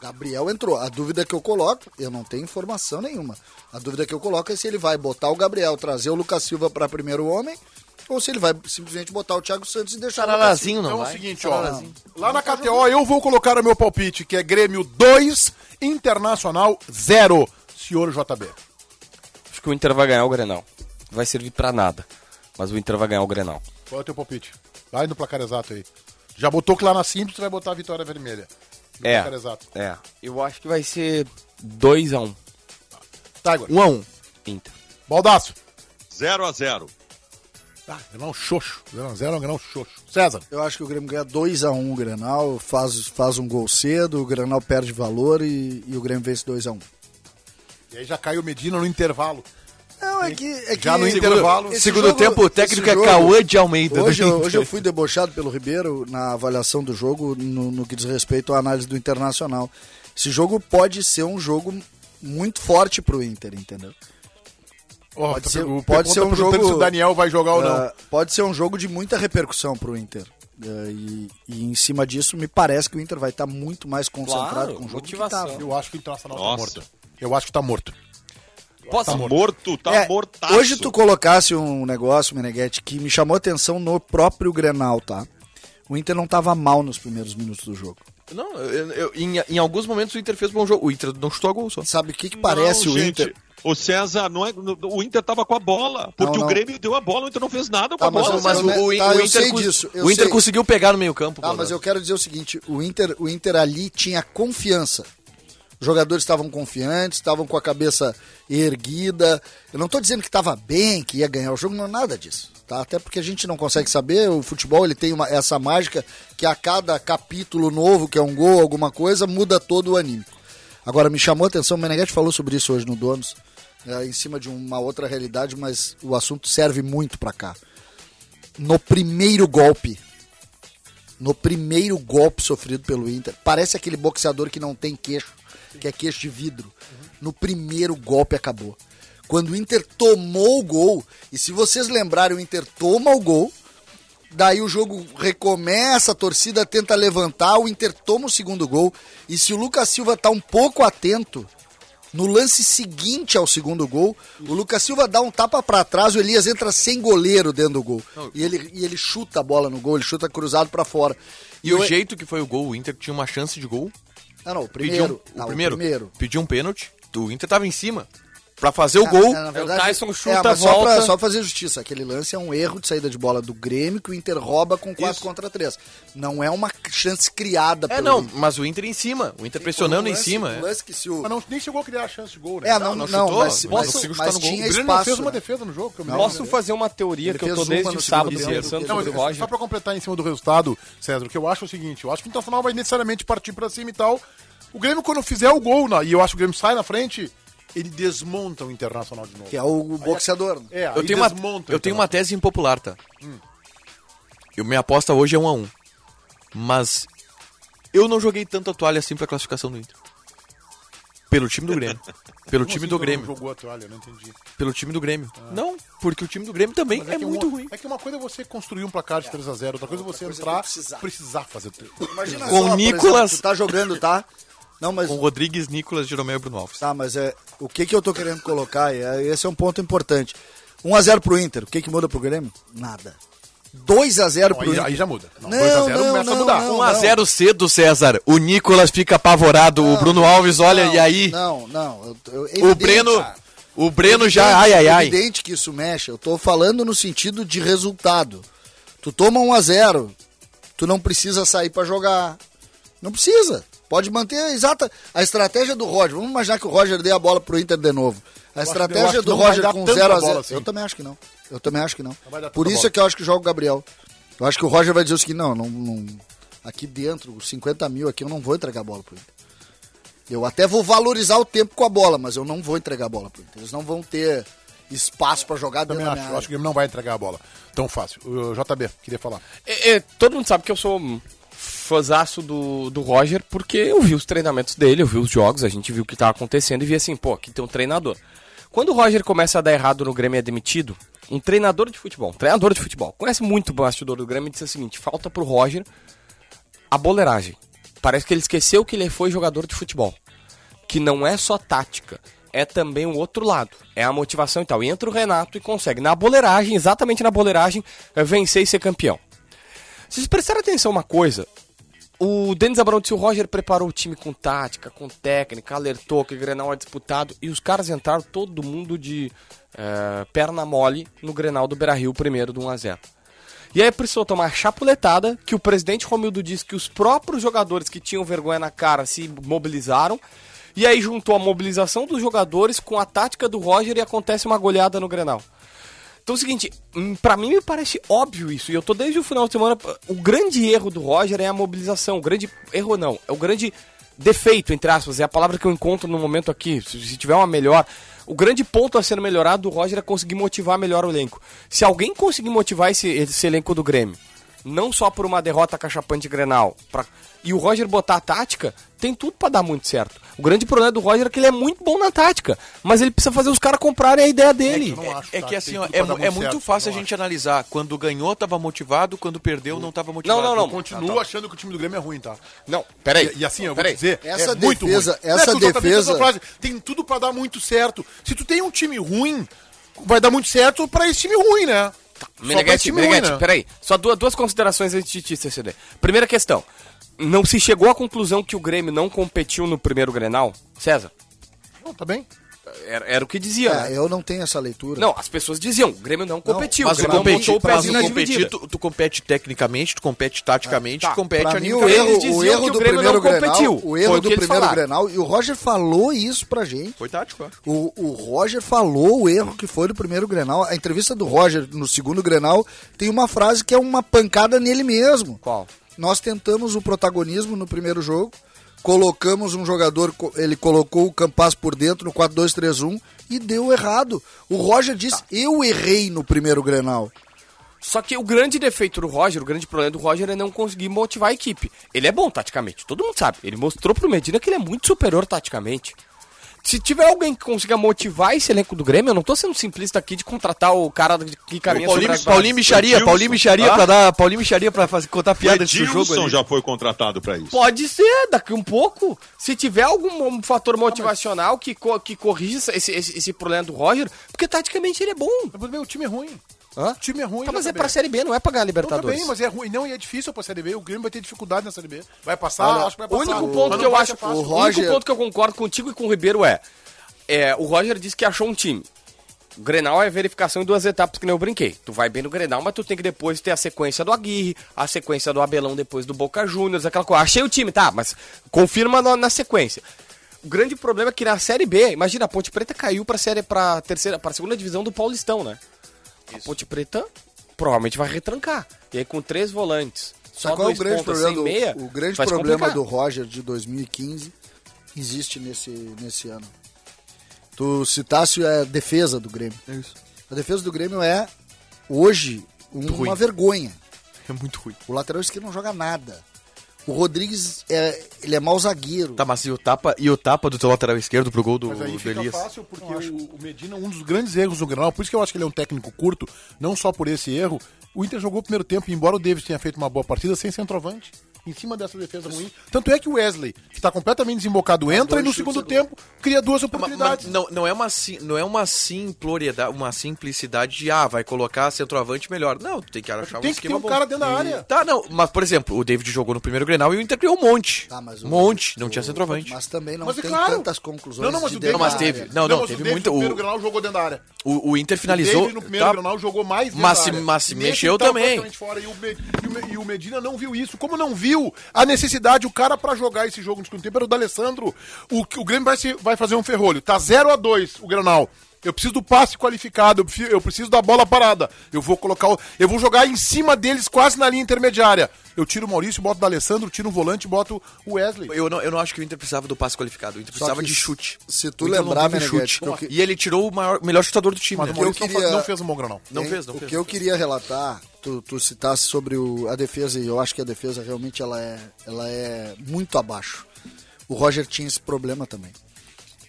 Speaker 8: Gabriel entrou. A dúvida que eu coloco, eu não tenho informação nenhuma. A dúvida que eu coloco é se ele vai botar o Gabriel, trazer o Lucas Silva para primeiro homem, ou se ele vai simplesmente botar o Thiago Santos e deixar o Lucas
Speaker 5: Saralazinho Tá não
Speaker 2: Então é
Speaker 5: vai. assim.
Speaker 2: o seguinte, ó. Lá na KTO eu vou colocar o meu palpite, que é Grêmio 2, Internacional 0. Senhor JB.
Speaker 5: Acho que o Inter vai ganhar o Grenal. Não Vai servir pra nada. Mas o Inter vai ganhar o Grenal.
Speaker 2: Qual é o teu palpite? Vai no placar exato aí. Já botou que lá na simples tu vai botar a vitória vermelha. No
Speaker 5: É.
Speaker 2: placar exato.
Speaker 5: É. Eu acho que vai ser 2x1 um,
Speaker 2: Tá, agora.
Speaker 8: 1 a 1.
Speaker 5: Inter.
Speaker 2: Baldaço.
Speaker 4: 0x0.
Speaker 2: Tá, Grenal Xoxo. 0x0 é um Grenal Xoxo. César.
Speaker 8: Eu acho que o Grêmio ganha 2 a 1 o Grenal, faz, faz um gol cedo, o Grenal perde valor e, e o Grêmio vence 2 a 1.
Speaker 2: E aí já caiu Medina no intervalo.
Speaker 8: Não, é que, é que
Speaker 2: Já no intervalo.
Speaker 8: esse
Speaker 9: Segundo
Speaker 8: jogo-
Speaker 9: tempo, o
Speaker 8: esse
Speaker 9: técnico
Speaker 8: jogo-
Speaker 9: é Cauã de Almeida. né?
Speaker 8: Hoje,
Speaker 9: do
Speaker 8: eu-
Speaker 9: Inter.
Speaker 8: hoje eu fui debochado pelo Ribeiro na avaliação do jogo, no, no que diz respeito à análise do Internacional. Esse jogo pode ser um jogo muito forte pro Inter, entendeu?
Speaker 2: Ó,
Speaker 8: Pode
Speaker 2: tá
Speaker 8: ser-
Speaker 2: pergun-
Speaker 8: pode ser um
Speaker 2: perguntando
Speaker 8: jogo-
Speaker 2: se o Daniel vai jogar ou não.
Speaker 8: Ah, pode ser um jogo de muita repercussão pro Inter. Ah, e, e em cima disso, me parece que o Inter vai estar muito mais concentrado
Speaker 5: Claro,
Speaker 8: com o jogo
Speaker 5: motivação.
Speaker 8: que tava.
Speaker 2: Eu acho que o Internacional tá
Speaker 4: Nossa.
Speaker 2: morto. Eu acho que tá morto.
Speaker 5: Posso?
Speaker 4: Tá morto, tá
Speaker 8: É,
Speaker 4: mortaço.
Speaker 8: Hoje tu colocasse um negócio, Meneghete, que me chamou atenção no próprio Grenal, tá? O Inter não tava mal nos primeiros minutos do jogo.
Speaker 9: Não, eu- eu- em, em alguns momentos o Inter fez bom jogo. O Inter não chutou a gol só.
Speaker 8: Sabe o que, que parece
Speaker 4: Não,
Speaker 8: o
Speaker 4: gente,
Speaker 8: Inter?
Speaker 4: O César, não é, o Inter tava com a bola. Porque
Speaker 8: Não, não.
Speaker 4: o Grêmio deu a bola, o Inter não fez nada com a
Speaker 8: Tá, mas
Speaker 4: bola.
Speaker 8: eu- mas
Speaker 4: César.
Speaker 8: eu- tá, eu sei
Speaker 9: cons-
Speaker 8: disso, eu
Speaker 9: o Inter
Speaker 8: sei.
Speaker 9: conseguiu pegar no meio campo.
Speaker 8: Tá, mas eu quero dizer o seguinte: o Inter, o Inter ali tinha confiança. Os jogadores estavam confiantes, estavam com a cabeça erguida. Eu não estou dizendo que estava bem, que ia ganhar o jogo, não é nada disso. Tá? Até porque a gente não consegue saber. O futebol ele tem uma- essa mágica que a cada capítulo novo, que é um gol, alguma coisa, muda todo o anímico. Agora, me chamou a atenção, o Meneghetti falou sobre isso hoje no Donos, é, em cima de uma outra realidade, mas o assunto serve muito para cá. No primeiro golpe no primeiro golpe sofrido pelo Inter. Parece aquele boxeador que não tem queixo, que é queixo de vidro. No primeiro golpe acabou. Quando o Inter tomou o gol, e se vocês lembrarem, o Inter toma o gol, daí o jogo recomeça, a torcida tenta levantar, o Inter toma o segundo gol, e se o Lucas Silva tá um pouco atento, no lance seguinte ao segundo gol, o Lucas Silva dá um tapa pra trás, o Elias entra sem goleiro dentro do gol. E ele, e ele chuta a bola no gol, ele chuta cruzado pra fora.
Speaker 9: E o jeito que foi o gol, o Inter tinha uma chance de gol.
Speaker 8: Ah, não, o
Speaker 9: Pediu
Speaker 8: primeiro.
Speaker 9: um,
Speaker 8: Não,
Speaker 9: o primeiro, Pediu um pênalti. O Inter tava em cima. Pra fazer o
Speaker 8: Ah,
Speaker 9: gol.
Speaker 8: é, na verdade,
Speaker 5: Tyson chuta,
Speaker 8: mas só
Speaker 5: volta.
Speaker 8: pra- só pra fazer justiça, aquele lance é um erro de saída de bola do Grêmio que o Inter rouba com 4 contra 3. Não é uma chance criada
Speaker 9: É,
Speaker 8: pelo
Speaker 9: não,
Speaker 8: Inter.
Speaker 9: mas o Inter em cima. O Inter pressionando
Speaker 8: Um
Speaker 9: em
Speaker 8: lance-
Speaker 9: cima.
Speaker 8: um
Speaker 9: é.
Speaker 8: lance que se o...
Speaker 2: Mas não, nem chegou a criar a chance de gol, né?
Speaker 8: É, não,
Speaker 9: não,
Speaker 8: não,
Speaker 9: chutou,
Speaker 8: mas,
Speaker 9: mas
Speaker 8: mas-
Speaker 9: conseguiu chutar
Speaker 8: mas
Speaker 9: no gol.
Speaker 8: tinha
Speaker 2: o Grêmio não
Speaker 8: espaço.
Speaker 2: fez uma
Speaker 8: né?
Speaker 2: defesa no jogo. Que eu me lembro.
Speaker 5: Posso fazer uma teoria
Speaker 8: Ele
Speaker 5: que eu tô
Speaker 8: fez uma
Speaker 5: desde
Speaker 8: no
Speaker 5: o sábado
Speaker 8: segundo tempo.
Speaker 5: pensando
Speaker 8: Não,
Speaker 2: Não,
Speaker 5: sobre
Speaker 2: mas
Speaker 5: o Roger.
Speaker 2: só pra completar em cima do resultado, César, o que eu acho é o seguinte: eu acho que o Internacional vai necessariamente partir pra cima e tal. O Grêmio, quando fizer o gol, na- e eu acho que o Grêmio sai na frente, ele desmonta o Internacional de novo.
Speaker 8: Que é o boxeador. né?
Speaker 2: É,
Speaker 9: Eu
Speaker 2: aí
Speaker 9: tenho, uma,
Speaker 2: desmonta o
Speaker 9: eu tenho uma tese impopular, tá? Eu, minha aposta hoje é 1 a 1 Mas eu não joguei tanto a toalha assim pra classificação do Inter. Pelo time do Grêmio. Pelo
Speaker 2: Como
Speaker 9: time
Speaker 2: assim
Speaker 9: do
Speaker 2: tu não
Speaker 9: Grêmio.
Speaker 2: Jogou a toalha, eu não entendi.
Speaker 9: Pelo time do Grêmio. Não, porque o time do Grêmio também
Speaker 2: Mas
Speaker 9: Ah. é,
Speaker 2: que
Speaker 9: muito
Speaker 2: uma,
Speaker 9: ruim.
Speaker 2: É que uma coisa é você construir um placar de 3x0, outra coisa é você
Speaker 8: coisa é
Speaker 2: entrar, precisar.
Speaker 8: precisar.
Speaker 2: fazer. tre-
Speaker 8: Imagina
Speaker 9: Com
Speaker 8: por
Speaker 9: Nicolas-
Speaker 8: exemplo, tu tá jogando, tá? Não, mas
Speaker 9: Com Rodrigues, Nicolas, Jeromel e Bruno Alves.
Speaker 8: Tá, mas é, o que, que eu tô querendo colocar? É, esse é um ponto importante. 1x0 pro Inter, o que, que muda pro Grêmio? Nada. 2x0
Speaker 2: Não,
Speaker 8: pro
Speaker 2: aí,
Speaker 8: Inter.
Speaker 2: aí já muda. Não,
Speaker 8: Não,
Speaker 2: 2x0
Speaker 8: não,
Speaker 2: começa a
Speaker 8: não,
Speaker 2: mudar.
Speaker 8: não.
Speaker 9: 1 a 0 cedo, César. O Nicolas fica apavorado. o Bruno Alves olha
Speaker 8: Não,
Speaker 9: e aí.
Speaker 8: Não, não. eu- eu-
Speaker 9: o
Speaker 8: evidente,
Speaker 9: Breno.
Speaker 8: cara.
Speaker 9: O Breno
Speaker 8: Evidente,
Speaker 9: já. Ai, ai, ai.
Speaker 8: evidente que isso mexe. Eu tô falando no sentido de resultado. Tu toma 1x0, tu não precisa sair pra jogar. Não precisa. Pode manter a exata a estratégia do Roger. Vamos imaginar que o Roger dê a bola pro Inter de novo. A
Speaker 2: acho- eu acho
Speaker 8: estratégia
Speaker 2: que
Speaker 8: do
Speaker 2: não vai
Speaker 8: Roger
Speaker 2: dar
Speaker 8: com
Speaker 2: tanta
Speaker 8: 0 a
Speaker 2: bola
Speaker 8: 0
Speaker 2: assim.
Speaker 8: Eu também acho que não. Eu também acho que não.
Speaker 2: vai dar
Speaker 8: Por
Speaker 2: tanta
Speaker 8: isso
Speaker 2: bola.
Speaker 8: é que eu acho que joga o Gabriel. Eu acho que o Roger vai dizer o seguinte: não, não, não- aqui dentro, os 50 mil aqui, eu não vou entregar a bola pro Inter. Eu até vou valorizar o tempo com a bola, mas eu não vou entregar a bola pro Inter. Eles não vão ter espaço pra jogar dentro
Speaker 2: Também
Speaker 8: da
Speaker 2: acho.
Speaker 8: minha
Speaker 2: Eu
Speaker 8: área.
Speaker 2: acho que ele não vai entregar a bola tão fácil. O JB, queria falar.
Speaker 5: É, é, todo mundo sabe que eu sou um fãzaço do, do Roger, porque eu vi os treinamentos dele, eu vi os jogos, a gente viu o que estava acontecendo e vi assim, pô, aqui tem um treinador. Quando o Roger começa a dar errado no Grêmio e é demitido, um treinador de futebol, um treinador de futebol, conhece muito o bastidor do Grêmio e disse o seguinte, falta pro Roger a boleiragem. Parece que ele esqueceu que ele foi jogador de futebol. Que não é só tática, é também o outro lado. É a motivação e tal. E entra o Renato e consegue, na boleiragem, exatamente na boleiragem, eh, vencer e ser campeão. Vocês prestaram atenção uma coisa? O Denis Abrão disse o Roger preparou o time com tática, com técnica, alertou que o Grenal é disputado e os caras entraram todo mundo de eh, perna mole no Grenal do Beira-Rio, primeiro do 1x0. E aí precisou tomar a chapuletada que o presidente Romildo disse que os próprios jogadores que tinham vergonha na cara se mobilizaram. E aí juntou a mobilização dos jogadores com a tática do Roger e acontece uma goleada no Grenal. Então é o seguinte, hum, pra mim me parece óbvio isso, e eu tô desde o final de semana. O grande erro do Roger é a mobilização. O grande erro não, é o grande defeito, entre aspas, é a palavra que eu encontro no momento aqui. Se, se tiver uma melhor. O grande ponto a ser melhorado do Roger é conseguir motivar melhor o elenco. Se alguém conseguir motivar esse, esse elenco do Grêmio, não só por uma derrota cachapante e Grenal, pra- e o Roger botar a tática, tem tudo pra dar muito certo. O grande problema do Roger é que ele é muito bom na tática, mas ele precisa fazer os caras comprarem a ideia dele.
Speaker 2: não acho,
Speaker 9: É
Speaker 2: tá?
Speaker 9: que
Speaker 2: Tem
Speaker 9: assim, ó,
Speaker 2: tudo
Speaker 9: é,
Speaker 2: pra
Speaker 9: mu-
Speaker 2: dar
Speaker 9: é
Speaker 2: muito
Speaker 9: muito
Speaker 2: certo,
Speaker 9: fácil a
Speaker 2: não
Speaker 9: gente analisar. Quando ganhou, tava motivado. Quando perdeu, não tava motivado.
Speaker 5: não, não.
Speaker 2: Continuo achando que o time do Grêmio é ruim, tá?
Speaker 5: Não, peraí.
Speaker 2: E, e assim, eu vou dizer,
Speaker 8: Essa
Speaker 2: é muito ruim.
Speaker 8: defesa-
Speaker 2: Não é
Speaker 8: essa
Speaker 2: que o JB fez
Speaker 8: defesa-
Speaker 2: essa frase, tem tudo pra dar muito certo. Se tu tem um time ruim, vai dar muito certo pra esse time ruim, né? Só pra esse
Speaker 5: Meneghetti,
Speaker 2: time
Speaker 5: Meneghetti,
Speaker 2: ruim, né?
Speaker 5: peraí. Só duas, duas considerações antes de ti, CCD. Primeira questão. Não se chegou à conclusão que o Grêmio não competiu no primeiro Grenal? César,
Speaker 2: Não, tá bem.
Speaker 5: era, era o que dizia,
Speaker 8: É,
Speaker 5: né?
Speaker 8: eu não tenho essa leitura.
Speaker 5: Não, as pessoas diziam, o Grêmio não competiu.
Speaker 9: Mas
Speaker 5: o
Speaker 9: tu
Speaker 5: Grêmio
Speaker 9: compete,
Speaker 5: botou o
Speaker 9: mas tu
Speaker 5: pezinho na
Speaker 9: compete,
Speaker 5: dividida.
Speaker 9: tu, tu compete tecnicamente, tu compete taticamente,
Speaker 5: Ah, tá.
Speaker 9: tu compete
Speaker 8: Pra mim, o
Speaker 9: animicamente.
Speaker 8: erro,
Speaker 5: eles
Speaker 8: o
Speaker 5: diziam
Speaker 8: erro
Speaker 5: que o
Speaker 8: do
Speaker 5: Grêmio
Speaker 8: primeiro
Speaker 5: não competiu.
Speaker 8: Grenal, o erro
Speaker 5: Foi o
Speaker 8: do
Speaker 5: que eles
Speaker 8: primeiro
Speaker 5: falaram.
Speaker 8: Grenal, e o Roger falou isso pra gente.
Speaker 9: Foi tático, é.
Speaker 8: O, o Roger falou o erro que foi do primeiro Grenal. A entrevista do Roger no segundo Grenal tem uma frase que é uma pancada nele mesmo.
Speaker 5: Qual?
Speaker 8: Nós tentamos o protagonismo no primeiro jogo, colocamos um jogador, co- ele colocou o Campas por dentro no 4-2-3-1 e deu errado. O Roger disse, eu errei no primeiro Grenal.
Speaker 5: Só que o grande defeito do Roger, o grande problema do Roger é não conseguir motivar a equipe. Ele é bom taticamente, todo mundo sabe. Ele mostrou pro Medina que ele é muito superior taticamente. Se tiver alguém que consiga motivar esse elenco do Grêmio, eu não tô sendo simplista aqui de contratar o cara que caminha
Speaker 9: Paulinho,
Speaker 5: sobre as brasas.
Speaker 9: Paulinho Micharia,
Speaker 4: Edilson.
Speaker 9: Paulinho Micharia
Speaker 4: Ah?
Speaker 9: pra dar. Paulinho Micharia pra fazer, contar
Speaker 4: O
Speaker 9: piada desse jogo.
Speaker 4: Edilson
Speaker 9: ali.
Speaker 4: já foi contratado pra isso.
Speaker 5: Pode ser, daqui um pouco. Se tiver algum mo- fator motivacional que, co- que corrija essa- esse, esse, esse problema do Roger, porque taticamente ele é bom.
Speaker 2: Mas, meu, o time é ruim.
Speaker 5: Hã?
Speaker 2: O time é ruim.
Speaker 5: Tá, mas é
Speaker 2: JB.
Speaker 5: pra Série B, não é pra ganhar a
Speaker 2: Não, tá
Speaker 5: Libertadores.
Speaker 2: bem, mas é ruim. Não, e é difícil pra Série B. O Grêmio vai ter dificuldade na Série B. Vai passar,
Speaker 8: Olha,
Speaker 2: acho que vai
Speaker 5: O
Speaker 2: passar.
Speaker 5: único ponto que
Speaker 2: Mas não
Speaker 5: eu
Speaker 2: vai
Speaker 5: acho.
Speaker 2: ser fácil.
Speaker 5: O,
Speaker 8: Roger-
Speaker 5: único ponto que eu concordo contigo e com o Ribeiro é, é, O Roger disse que achou um time. O Grenal é verificação em duas etapas, que nem eu brinquei. Tu vai bem no Grenal, mas tu tem que depois ter a sequência do Aguirre, a sequência do Abelão depois do Boca Juniors, aquela coisa. Achei o time, tá, mas confirma na, na sequência. O grande problema é que na Série B, imagina, a Ponte Preta caiu pra, série, pra, terceira, pra segunda divisão do Paulistão, né? A Ponte Preta provavelmente vai retrancar. E aí com três volantes.
Speaker 8: Sabe qual é o
Speaker 5: dois
Speaker 8: grande
Speaker 5: pontas,
Speaker 9: assim,
Speaker 8: problema,
Speaker 5: sem
Speaker 8: do,
Speaker 5: meia,
Speaker 8: o grande
Speaker 5: vai se
Speaker 8: problema
Speaker 5: complicar.
Speaker 8: do Roger de 2015 existe nesse, nesse ano. Tu citasse a defesa do Grêmio.
Speaker 2: É
Speaker 8: A defesa do Grêmio é, hoje, um- uma vergonha.
Speaker 9: É muito ruim.
Speaker 8: O lateral esquerdo não joga nada. O Rodrigues, é, ele é mau zagueiro.
Speaker 9: Tá, mas e o tapa, e o tapa do teu lateral esquerdo pro gol do,
Speaker 2: Mas aí
Speaker 9: do
Speaker 2: fica
Speaker 9: Elias?
Speaker 2: fácil, porque o, o Medina, um dos grandes erros do Granal, por isso que eu acho que ele é um técnico curto, não só por esse erro, o Inter jogou o primeiro tempo, embora o Davis tenha feito uma boa partida, sem centroavante, em cima dessa defesa ruim. Tanto é que o Wesley, que tá completamente desembocado, entra e no segundo tempo cria duas
Speaker 9: Mas- mas
Speaker 2: oportunidades.
Speaker 9: não, não é uma sim- não é uma simploriedade, uma simplicidade de ah, vai colocar centroavante melhor. Não, tu tem que achar
Speaker 2: tem
Speaker 9: um
Speaker 2: que
Speaker 9: esquema
Speaker 2: ter um
Speaker 9: bom.
Speaker 2: cara dentro da área.
Speaker 9: Tá, não, mas por exemplo, o David jogou no primeiro Grenal e o Inter criou um monte.
Speaker 8: Tá, mas o-
Speaker 9: um monte, não
Speaker 8: o-
Speaker 9: tinha centroavante.
Speaker 8: Mas também não
Speaker 2: Mas é
Speaker 8: tem
Speaker 2: claro.
Speaker 8: tantas conclusões.
Speaker 2: Não, não, mas
Speaker 8: de
Speaker 2: o Davis-
Speaker 8: dentro
Speaker 9: mas
Speaker 8: da
Speaker 9: teve-
Speaker 8: área.
Speaker 9: não, não,
Speaker 2: mas
Speaker 9: teve
Speaker 2: o Davis
Speaker 9: muito-
Speaker 2: No primeiro
Speaker 9: o-
Speaker 2: Grenal jogou dentro da área.
Speaker 9: O, o Inter
Speaker 2: O
Speaker 9: finalizou.
Speaker 2: Davis no primeiro
Speaker 9: tá,
Speaker 2: Grenal jogou mais dentro
Speaker 9: Mas
Speaker 2: da
Speaker 9: se-
Speaker 2: área. tá
Speaker 9: mas se
Speaker 2: Nesse
Speaker 9: mexeu
Speaker 2: que tava
Speaker 9: também.
Speaker 2: praticamente Fora, e, o Me- e o Me- e o Medina não viu isso. Como não viu, viu a necessidade, o cara pra jogar esse jogo no segundo tempo era o D'Alessandro. O, o Grêmio vai, se- vai fazer um ferrolho. Tá 0 a 2 o Granal. Eu preciso do passe qualificado, eu preciso, eu preciso da bola parada. Eu vou colocar, o- eu vou jogar em cima deles quase na linha intermediária. Eu tiro o Maurício, boto o D'Alessandro, tiro o volante, boto o Wesley.
Speaker 3: Eu não, eu não acho que o Inter precisava do passe qualificado. O Inter precisava
Speaker 8: que
Speaker 3: de chute.
Speaker 8: se tu
Speaker 3: O Inter
Speaker 8: lembrar,
Speaker 3: não teve
Speaker 8: Meneghete,
Speaker 3: chute.
Speaker 8: que eu que-
Speaker 3: E ele tirou o maior, melhor chutador do time.
Speaker 2: Mas
Speaker 3: né?
Speaker 2: o Maurício
Speaker 8: eu
Speaker 2: não fa-
Speaker 8: queria-
Speaker 2: não, fez um bom Granal.
Speaker 3: Não
Speaker 8: Hein?
Speaker 3: fez, não
Speaker 8: O
Speaker 3: fez,
Speaker 8: que eu queria relatar, tu, tu citasse sobre o- a defesa, e eu acho que a defesa realmente ela é, ela é muito abaixo. O Roger tinha esse problema também.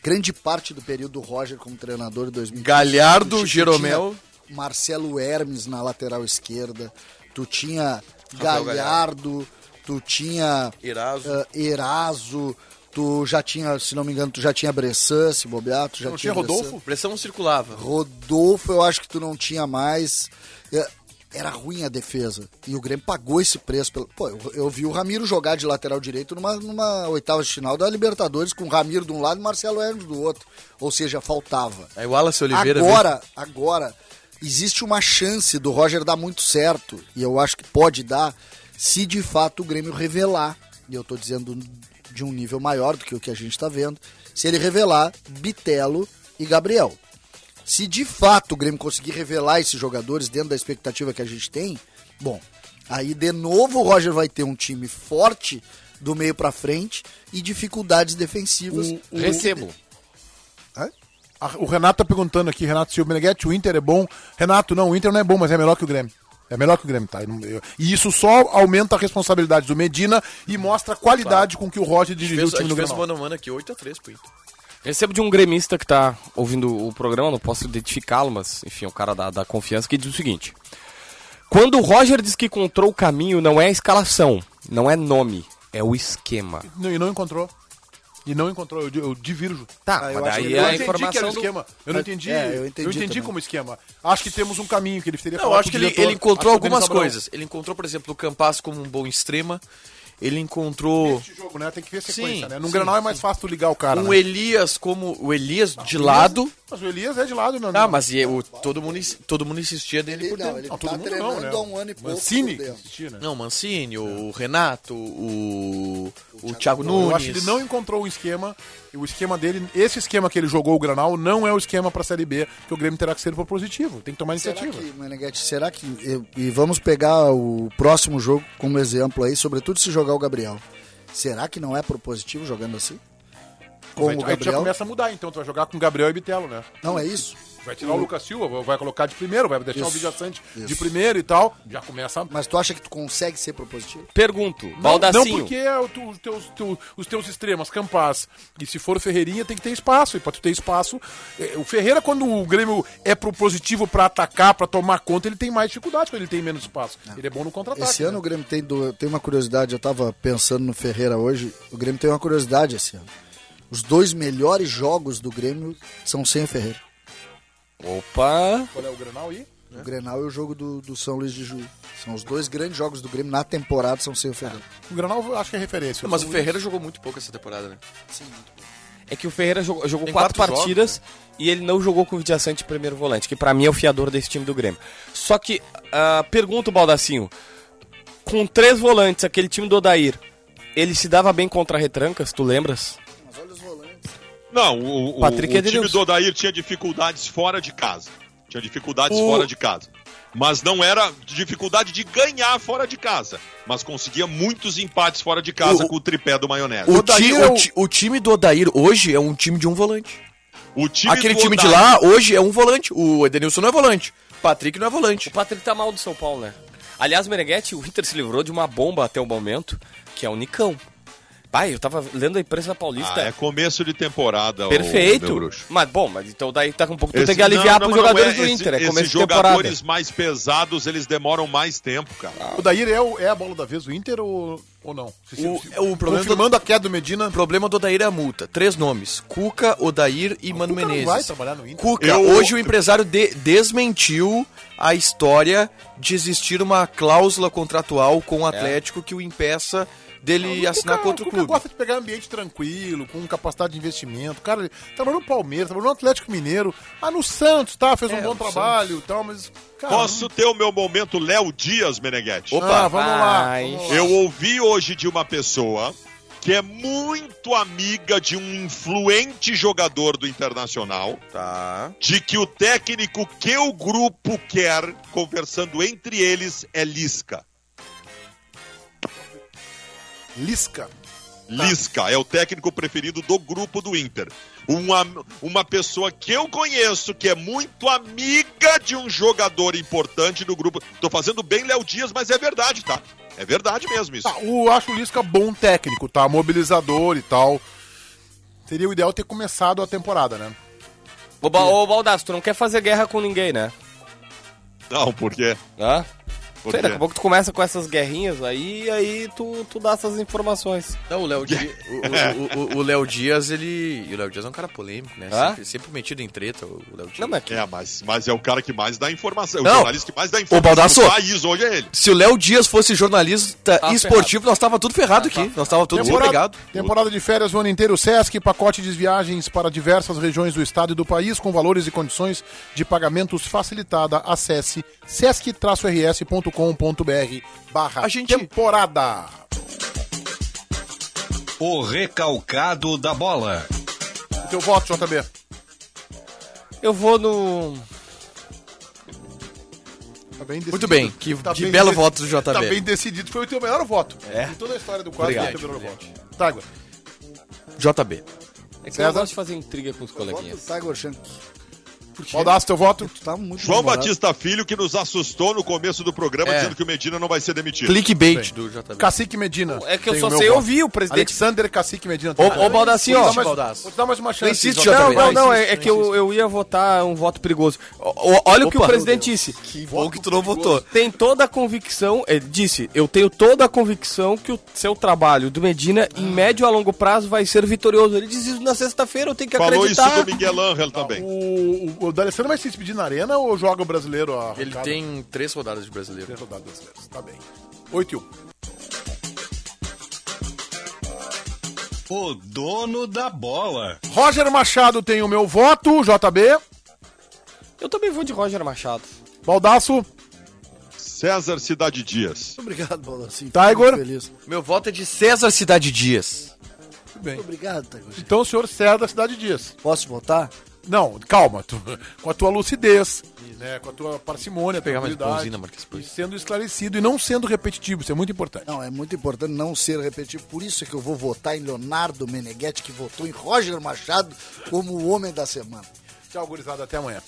Speaker 8: Grande parte do período do Roger como treinador em 2015.
Speaker 3: Galhardo,
Speaker 8: tu tinha
Speaker 3: Jeromel.
Speaker 8: Marcelo Hermes na lateral esquerda. Tu tinha
Speaker 3: Rafael
Speaker 8: Galhardo. Tu tinha
Speaker 3: Eraso.
Speaker 8: eh, Eraso. Tu já tinha, se não me engano, tu já tinha Bressan, se bobear. Tu já
Speaker 2: Não
Speaker 8: tinha
Speaker 2: tinha
Speaker 8: Bressan.
Speaker 2: Rodolfo?
Speaker 3: Pressão circulava.
Speaker 8: Rodolfo, eu acho que tu não tinha mais. É, Era ruim a defesa. E o Grêmio pagou esse preço. Pelo... Pô, eu, eu vi o Ramiro jogar de lateral direito numa, numa oitava de final da Libertadores, com o Ramiro de um lado e o Marcelo Hermes do outro. Ou seja, faltava.
Speaker 9: É
Speaker 3: Aí o Wallace Oliveira.
Speaker 8: Agora, agora, existe uma chance do Roger dar muito certo, e eu acho que pode dar, se de fato o Grêmio revelar, e eu tô dizendo de um nível maior do que o que a gente tá vendo, se ele revelar Bitelo e Gabriel. Se de fato o Grêmio conseguir revelar esses jogadores dentro da expectativa que a gente tem, bom, aí de novo o Roger vai ter um time forte do meio pra frente e dificuldades defensivas.
Speaker 5: Um, Recebo.
Speaker 2: A- O Renato tá perguntando aqui, Renato Silva Meneghetti, o Inter é bom. Renato, não, o Inter não é bom, mas é melhor que o Grêmio. É melhor que o Grêmio, tá? E não- eu- E isso só aumenta a responsabilidade do Medina e mostra a qualidade com que o Roger dirigiu
Speaker 3: Fez,
Speaker 2: o
Speaker 3: a
Speaker 2: time
Speaker 3: gente
Speaker 2: do
Speaker 3: fez o
Speaker 2: Grêmio.
Speaker 3: mano a mano aqui, 8x3 pro Inter.
Speaker 5: Recebo de um gremista que tá ouvindo o programa, não posso identificá-lo, mas enfim, é um cara da, da confiança que diz o seguinte: Quando o Roger diz que encontrou o caminho, não é a escalação, não é nome, é o esquema.
Speaker 2: Não, E não encontrou. E não encontrou, eu, di- eu divirjo.
Speaker 5: Tá,
Speaker 8: Ah,
Speaker 5: mas daí é a
Speaker 2: que era
Speaker 5: informação. do-
Speaker 2: esquema. Eu não entendi.
Speaker 8: é, eu
Speaker 2: eu
Speaker 8: entendi
Speaker 2: entendi,
Speaker 8: também.
Speaker 2: como esquema. Acho que temos um caminho que ele teria
Speaker 3: Não, é eu acho que ele, ele encontrou algumas
Speaker 2: coisas.
Speaker 3: coisas. Ele encontrou, por exemplo, o Campas como um bom extrema. Ele encontrou
Speaker 2: Este jogo, né? Tem que ver a sequência,
Speaker 3: Sim,
Speaker 2: né? Num
Speaker 3: sim,
Speaker 2: Granal é mais fácil tu ligar o cara,
Speaker 3: um
Speaker 2: né?
Speaker 3: Elias como o Elias de lado.
Speaker 2: Mas o Elias é de lado, né?
Speaker 3: Ah, mas e o, todo, mundo, ins- todo mundo insistia nele
Speaker 8: Ele,
Speaker 3: por dentro.
Speaker 8: não, ele
Speaker 2: Não, todo
Speaker 8: tá
Speaker 2: mundo não,
Speaker 8: treinando
Speaker 2: né?
Speaker 8: há um ano e pouco.
Speaker 2: Mancini
Speaker 8: por
Speaker 2: que
Speaker 8: dentro.
Speaker 2: insistia, né?
Speaker 3: Não, Mancini, o Renato, o, o Thiago
Speaker 2: Eu
Speaker 3: Nunes.
Speaker 2: acho que ele não encontrou um esquema. e O esquema dele, esse esquema que ele jogou o Granal, não é o esquema pra Série B que o Grêmio terá que ser por positivo. Tem que tomar
Speaker 8: Será
Speaker 2: iniciativa.
Speaker 8: que, Meneghete, será que. e- E vamos pegar o próximo jogo como exemplo aí, sobretudo se jogar o Gabriel. Será que não é propositivo jogando assim? Com
Speaker 2: Vai-
Speaker 8: o
Speaker 2: aí tu já
Speaker 8: Gabriel?
Speaker 2: começa a mudar, então. Tu vai jogar com Gabriel e Bitelo, né?
Speaker 8: Não é isso?
Speaker 2: Vai tirar o Lucas Silva, vai colocar de primeiro, vai deixar
Speaker 8: Isso.
Speaker 2: o Vidiaçante de
Speaker 8: Isso.
Speaker 2: primeiro e tal. Já começa a
Speaker 8: Mas tu acha que tu consegue ser propositivo?
Speaker 5: Pergunto,
Speaker 2: Não
Speaker 5: Baldacinho.
Speaker 2: porque é o tu- os teus, tu- os teus extremos, Campaz. E se for Ferreirinha, tem que ter espaço. E pra tu ter espaço. eh, O Ferreira, quando o Grêmio é propositivo pra atacar, pra tomar conta, ele tem mais dificuldade quando ele tem menos espaço. Ele é bom no contra-ataque.
Speaker 8: Esse
Speaker 2: né?
Speaker 8: ano o Grêmio tem, do- tem uma curiosidade, eu tava pensando no Ferreira hoje, o Grêmio tem uma curiosidade esse ano. Os dois melhores jogos do Grêmio são sem o Ferreira.
Speaker 5: Opa!
Speaker 2: Qual é o Granal aí?
Speaker 8: O Grenal e o jogo do, do São Luís de Ju. São os dois grandes jogos do Grêmio na temporada, são sem o Ferreira.
Speaker 2: O Granal eu acho que é referência.
Speaker 3: Não, mas o Ferreira jogou muito pouco essa temporada, né?
Speaker 5: É que o Ferreira jogou, jogou
Speaker 3: Tem
Speaker 5: quatro, né?
Speaker 3: quatro
Speaker 5: partidas e ele não jogou com o Vidiaçante de primeiro volante, que pra mim é o fiador desse time do Grêmio. Só que, ah, pergunta o Baldacinho, com três volantes, aquele time do Odair, ele se dava bem contra retrancas, tu lembras?
Speaker 4: Não, o, o-
Speaker 5: Patrick
Speaker 4: o
Speaker 5: Edenilson.
Speaker 4: time do Odair tinha dificuldades fora de casa. Tinha dificuldades fora de casa. Mas não era dificuldade de ganhar fora de casa. Mas conseguia muitos empates fora de casa
Speaker 3: O-
Speaker 4: com o tripé do maionese.
Speaker 3: O,
Speaker 2: Odair
Speaker 3: ti-
Speaker 2: é
Speaker 3: o
Speaker 2: o-
Speaker 3: ti- o time do Odair hoje é um time de um volante.
Speaker 4: O time
Speaker 3: Aquele
Speaker 4: do
Speaker 3: time de
Speaker 4: Odair-
Speaker 3: lá hoje é um volante. O Edenilson não é volante. Patrick não é volante.
Speaker 5: O Patrick tá mal do São Paulo, né? Aliás, Meneghetti, o Inter se livrou de uma bomba até o momento, que é o Nicão. Pai, eu tava lendo a imprensa paulista.
Speaker 4: Ah, é começo de temporada. ô, meu
Speaker 5: Perfeito.
Speaker 4: bruxo.
Speaker 5: Mas bom, mas então daí tá com um pouco. Tu
Speaker 4: Esse-
Speaker 5: tem que aliviar
Speaker 4: não, não,
Speaker 5: pros
Speaker 4: não,
Speaker 5: jogadores
Speaker 4: é,
Speaker 5: do
Speaker 4: esse-
Speaker 5: Inter, é
Speaker 4: esses
Speaker 5: começo de temporada. Ah.
Speaker 4: jogadores mais pesados, eles demoram mais tempo, cara.
Speaker 2: O Daír é, o- é a bola da vez do Inter ou, ou não? Se- se-
Speaker 3: O-
Speaker 2: se-
Speaker 3: é o problema do-
Speaker 2: confirmando a queda do Medina.
Speaker 3: O problema do Odair é a multa. Três nomes: Cuca, Odair e Mano
Speaker 2: Cuca não
Speaker 3: Menezes.
Speaker 2: vai trabalhar no Inter.
Speaker 3: Cuca,
Speaker 4: Eu-
Speaker 3: hoje o empresário de- desmentiu a história de existir uma cláusula contratual com o Atlético que o impeça
Speaker 9: dele assinar
Speaker 2: Cuca-
Speaker 9: com outro
Speaker 2: Cuca
Speaker 9: clube.
Speaker 2: gosta de pegar ambiente tranquilo, com capacidade de investimento. Cara, ele trabalhou no Palmeiras, trabalhou no Atlético Mineiro. Ah, no Santos, tá? Fez
Speaker 9: É,
Speaker 2: um bom trabalho e tal, mas. Cara,
Speaker 4: Posso ter o meu momento Léo Dias, Meneghete?
Speaker 2: não- Ah, vamos lá.
Speaker 5: Ai.
Speaker 2: vamos lá.
Speaker 4: Eu ouvi hoje de uma pessoa que é muito amiga de um influente jogador do Internacional,
Speaker 3: Tá.
Speaker 4: de que o técnico que o grupo quer, conversando entre eles, é Lisca.
Speaker 2: Lisca.
Speaker 4: Lisca é o técnico preferido do grupo do Inter. Uma, uma pessoa que eu conheço, que é muito amiga de um jogador importante do grupo. Tô fazendo bem Léo Dias, mas é verdade, tá? É verdade mesmo isso.
Speaker 2: Tá, eu acho o Lisca bom técnico, tá? Mobilizador e tal. Seria o ideal ter começado a temporada, né?
Speaker 5: Ô, ba ô Baldasso, tu não quer fazer guerra com ninguém, né?
Speaker 4: Não, por quê?
Speaker 5: Hã?
Speaker 4: Por
Speaker 5: Sei,
Speaker 4: quê?
Speaker 5: daqui a pouco tu começa com essas guerrinhas aí e aí tu, tu dá essas informações.
Speaker 9: Não, o Léo Dias, o, o- o- o Léo Dias, ele. e O Léo Dias é um cara polêmico, né?
Speaker 5: Hã?
Speaker 9: Sempre, sempre metido em treta, o o Léo Dias.
Speaker 5: Não, mas que...
Speaker 4: É, mas, mas é o cara que mais dá informação. é
Speaker 9: Não.
Speaker 4: O jornalista que mais dá informação
Speaker 9: Baldasso.
Speaker 4: do país hoje é ele.
Speaker 9: Se o Léo Dias fosse jornalista
Speaker 5: Tá
Speaker 9: esportivo, nós tava tudo ferrado aqui. Nós tava tudo desempregado.
Speaker 2: temporada de férias o ano inteiro, Sesc, pacote de viagens para diversas regiões do estado e do país, com valores e condições de pagamentos facilitada. Acesse sesc-rs.com.br barra
Speaker 9: A gente-
Speaker 2: temporada.
Speaker 1: O recalcado da bola.
Speaker 2: O teu voto, Tá JB.
Speaker 5: Eu vou no.
Speaker 2: Tá bem decidido.
Speaker 9: Muito bem, que,
Speaker 2: Tá
Speaker 9: que
Speaker 2: bem
Speaker 9: belo
Speaker 2: de-
Speaker 9: voto do JB.
Speaker 2: Tá bem decidido. Foi o teu melhor voto. É. Em toda a história do quadro,
Speaker 9: Obrigado.
Speaker 2: foi o teu melhor voto. Tá, agora.
Speaker 9: JB.
Speaker 5: É que eu
Speaker 2: César?
Speaker 5: não gosto de fazer intriga com os coleguinhas.
Speaker 8: Tiger Shank.
Speaker 2: Baldaço, teu voto.
Speaker 8: Tu tá muito
Speaker 4: João
Speaker 8: namorado.
Speaker 4: Batista Filho, que nos assustou no começo do
Speaker 10: É.
Speaker 4: programa, dizendo que o Medina não vai ser demitido.
Speaker 9: Clickbait do JB.
Speaker 2: Cacique Medina.
Speaker 5: É que eu
Speaker 2: Tem
Speaker 5: só
Speaker 2: o meu
Speaker 5: sei
Speaker 2: voto.
Speaker 5: ouvir o presidente.
Speaker 2: Alexander Cacique Medina.
Speaker 5: Ô, ô, Baldassi, ó.
Speaker 2: Vou te dar mais-
Speaker 9: Baldasso.
Speaker 2: Vou te dar mais uma
Speaker 9: Não
Speaker 2: chance.
Speaker 9: insiste,
Speaker 2: JB.
Speaker 5: Não,
Speaker 9: JB.
Speaker 5: não, não, é, é que eu, eu ia votar um voto perigoso. O- o- olha o que o
Speaker 9: Opa,
Speaker 5: presidente disse.
Speaker 9: Que bom que tu não votou.
Speaker 5: Tem toda a convicção, ele disse, eu tenho toda a convicção que o seu trabalho do Medina, em médio a longo prazo, vai ser vitorioso. Ele diz isso na sexta-feira, eu tenho que
Speaker 4: Falou
Speaker 5: acreditar.
Speaker 4: isso do Miguel Ángel também.
Speaker 2: O, o, o D'Alessandro vai se despedir na arena ou joga o brasileiro? A
Speaker 9: Ele
Speaker 2: arrancada?
Speaker 9: tem três rodadas de brasileiro.
Speaker 2: Três rodadas brasileiras. Tá bem. 8 e um. 1.
Speaker 1: O dono da bola.
Speaker 2: Roger Machado tem o meu voto, JB.
Speaker 5: Eu também vou de Roger Machado.
Speaker 2: Baldaço,
Speaker 4: César Cidade Dias.
Speaker 8: Muito Obrigado, Balancinho.
Speaker 2: Tiger.
Speaker 8: Feliz.
Speaker 9: Meu voto é de César Cidade Dias.
Speaker 8: Muito obrigado, Tiger Shank.
Speaker 2: então o senhor César da Cidade Dias.
Speaker 8: Posso votar?
Speaker 2: Não, calma, tu- com a tua lucidez, né, com a tua parcimônia,
Speaker 9: pegar mais
Speaker 2: tranquilidade,
Speaker 9: bonzinho na Marques Pires.
Speaker 2: e sendo esclarecido e não sendo repetitivo, isso é muito importante.
Speaker 8: Não, é muito importante não ser repetido. Por isso é que eu vou votar em Leonardo Meneghetti, que votou em Roger Machado como o homem da semana.
Speaker 2: Tchau, gurizada, até amanhã.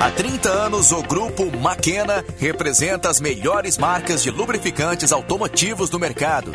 Speaker 11: Há 30 anos, o Grupo Maquena representa as melhores marcas de lubrificantes automotivos do mercado,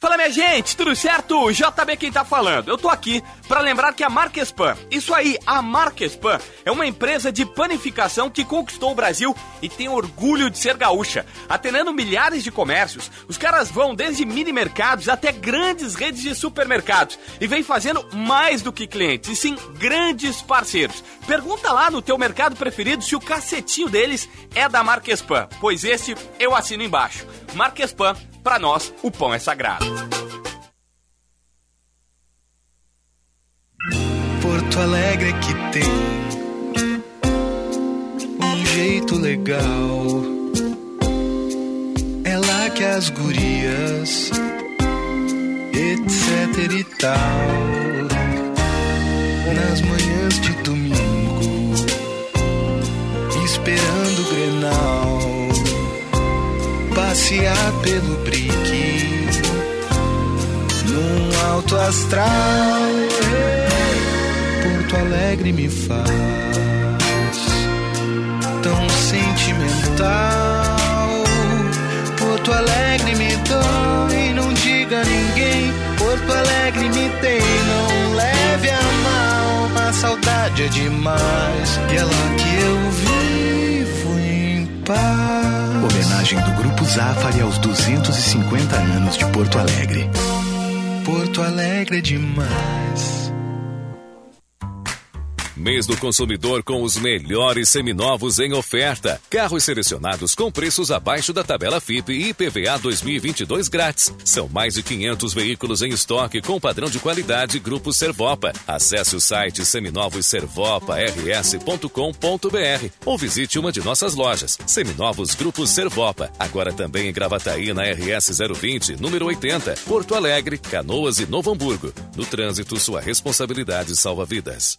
Speaker 12: Fala minha gente, tudo certo? JB quem tá falando. Eu tô aqui pra lembrar que a Marquespan, isso aí, a Marquespan é uma empresa de panificação que conquistou o Brasil e tem orgulho de ser gaúcha, atendendo milhares de comércios. Os caras vão desde mini mercados até grandes redes de supermercados e vem fazendo mais do que clientes, e sim grandes parceiros. Pergunta lá no teu mercado preferido se o cacetinho deles é da Marquespan, pois esse eu assino embaixo. Marquespan, pra nós o pão é sagrado.
Speaker 13: Porto Alegre que tem um jeito legal. É lá que as gurias, etc e tal. Nas manhãs de domingo, esperando o Grenal, passear pelo brique num alto astral. Porto Alegre me faz tão sentimental. Alegre me dói, não diga a ninguém. Porto Alegre me tem, não leve a mal. A saudade é demais e ela que eu vivo em paz.
Speaker 3: Homenagem do Grupo Zafari aos 250 anos de Porto Alegre.
Speaker 13: Porto Alegre é demais.
Speaker 14: Mês do consumidor com os melhores seminovos em oferta. Carros selecionados com preços abaixo da tabela FIP e IPVA 2022 grátis. São mais de 500 veículos em estoque com padrão de qualidade Grupo Servopa. Acesse o site seminovosservopa.rs.com.br ou visite uma de nossas lojas. Seminovos Grupo Servopa. Agora também em Gravataí na RS 020, número 80, Porto Alegre, Canoas e Novo Hamburgo. No trânsito, sua responsabilidade salva vidas.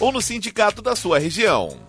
Speaker 10: ou no sindicato da sua região.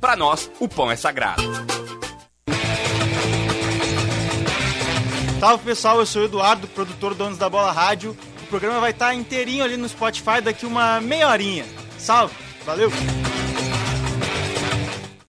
Speaker 5: pra nós o pão é sagrado.
Speaker 15: Salve pessoal, eu sou o Eduardo, produtor Donos da Bola Rádio. O programa vai estar inteirinho ali no Spotify daqui uma meia horinha. Salve, valeu!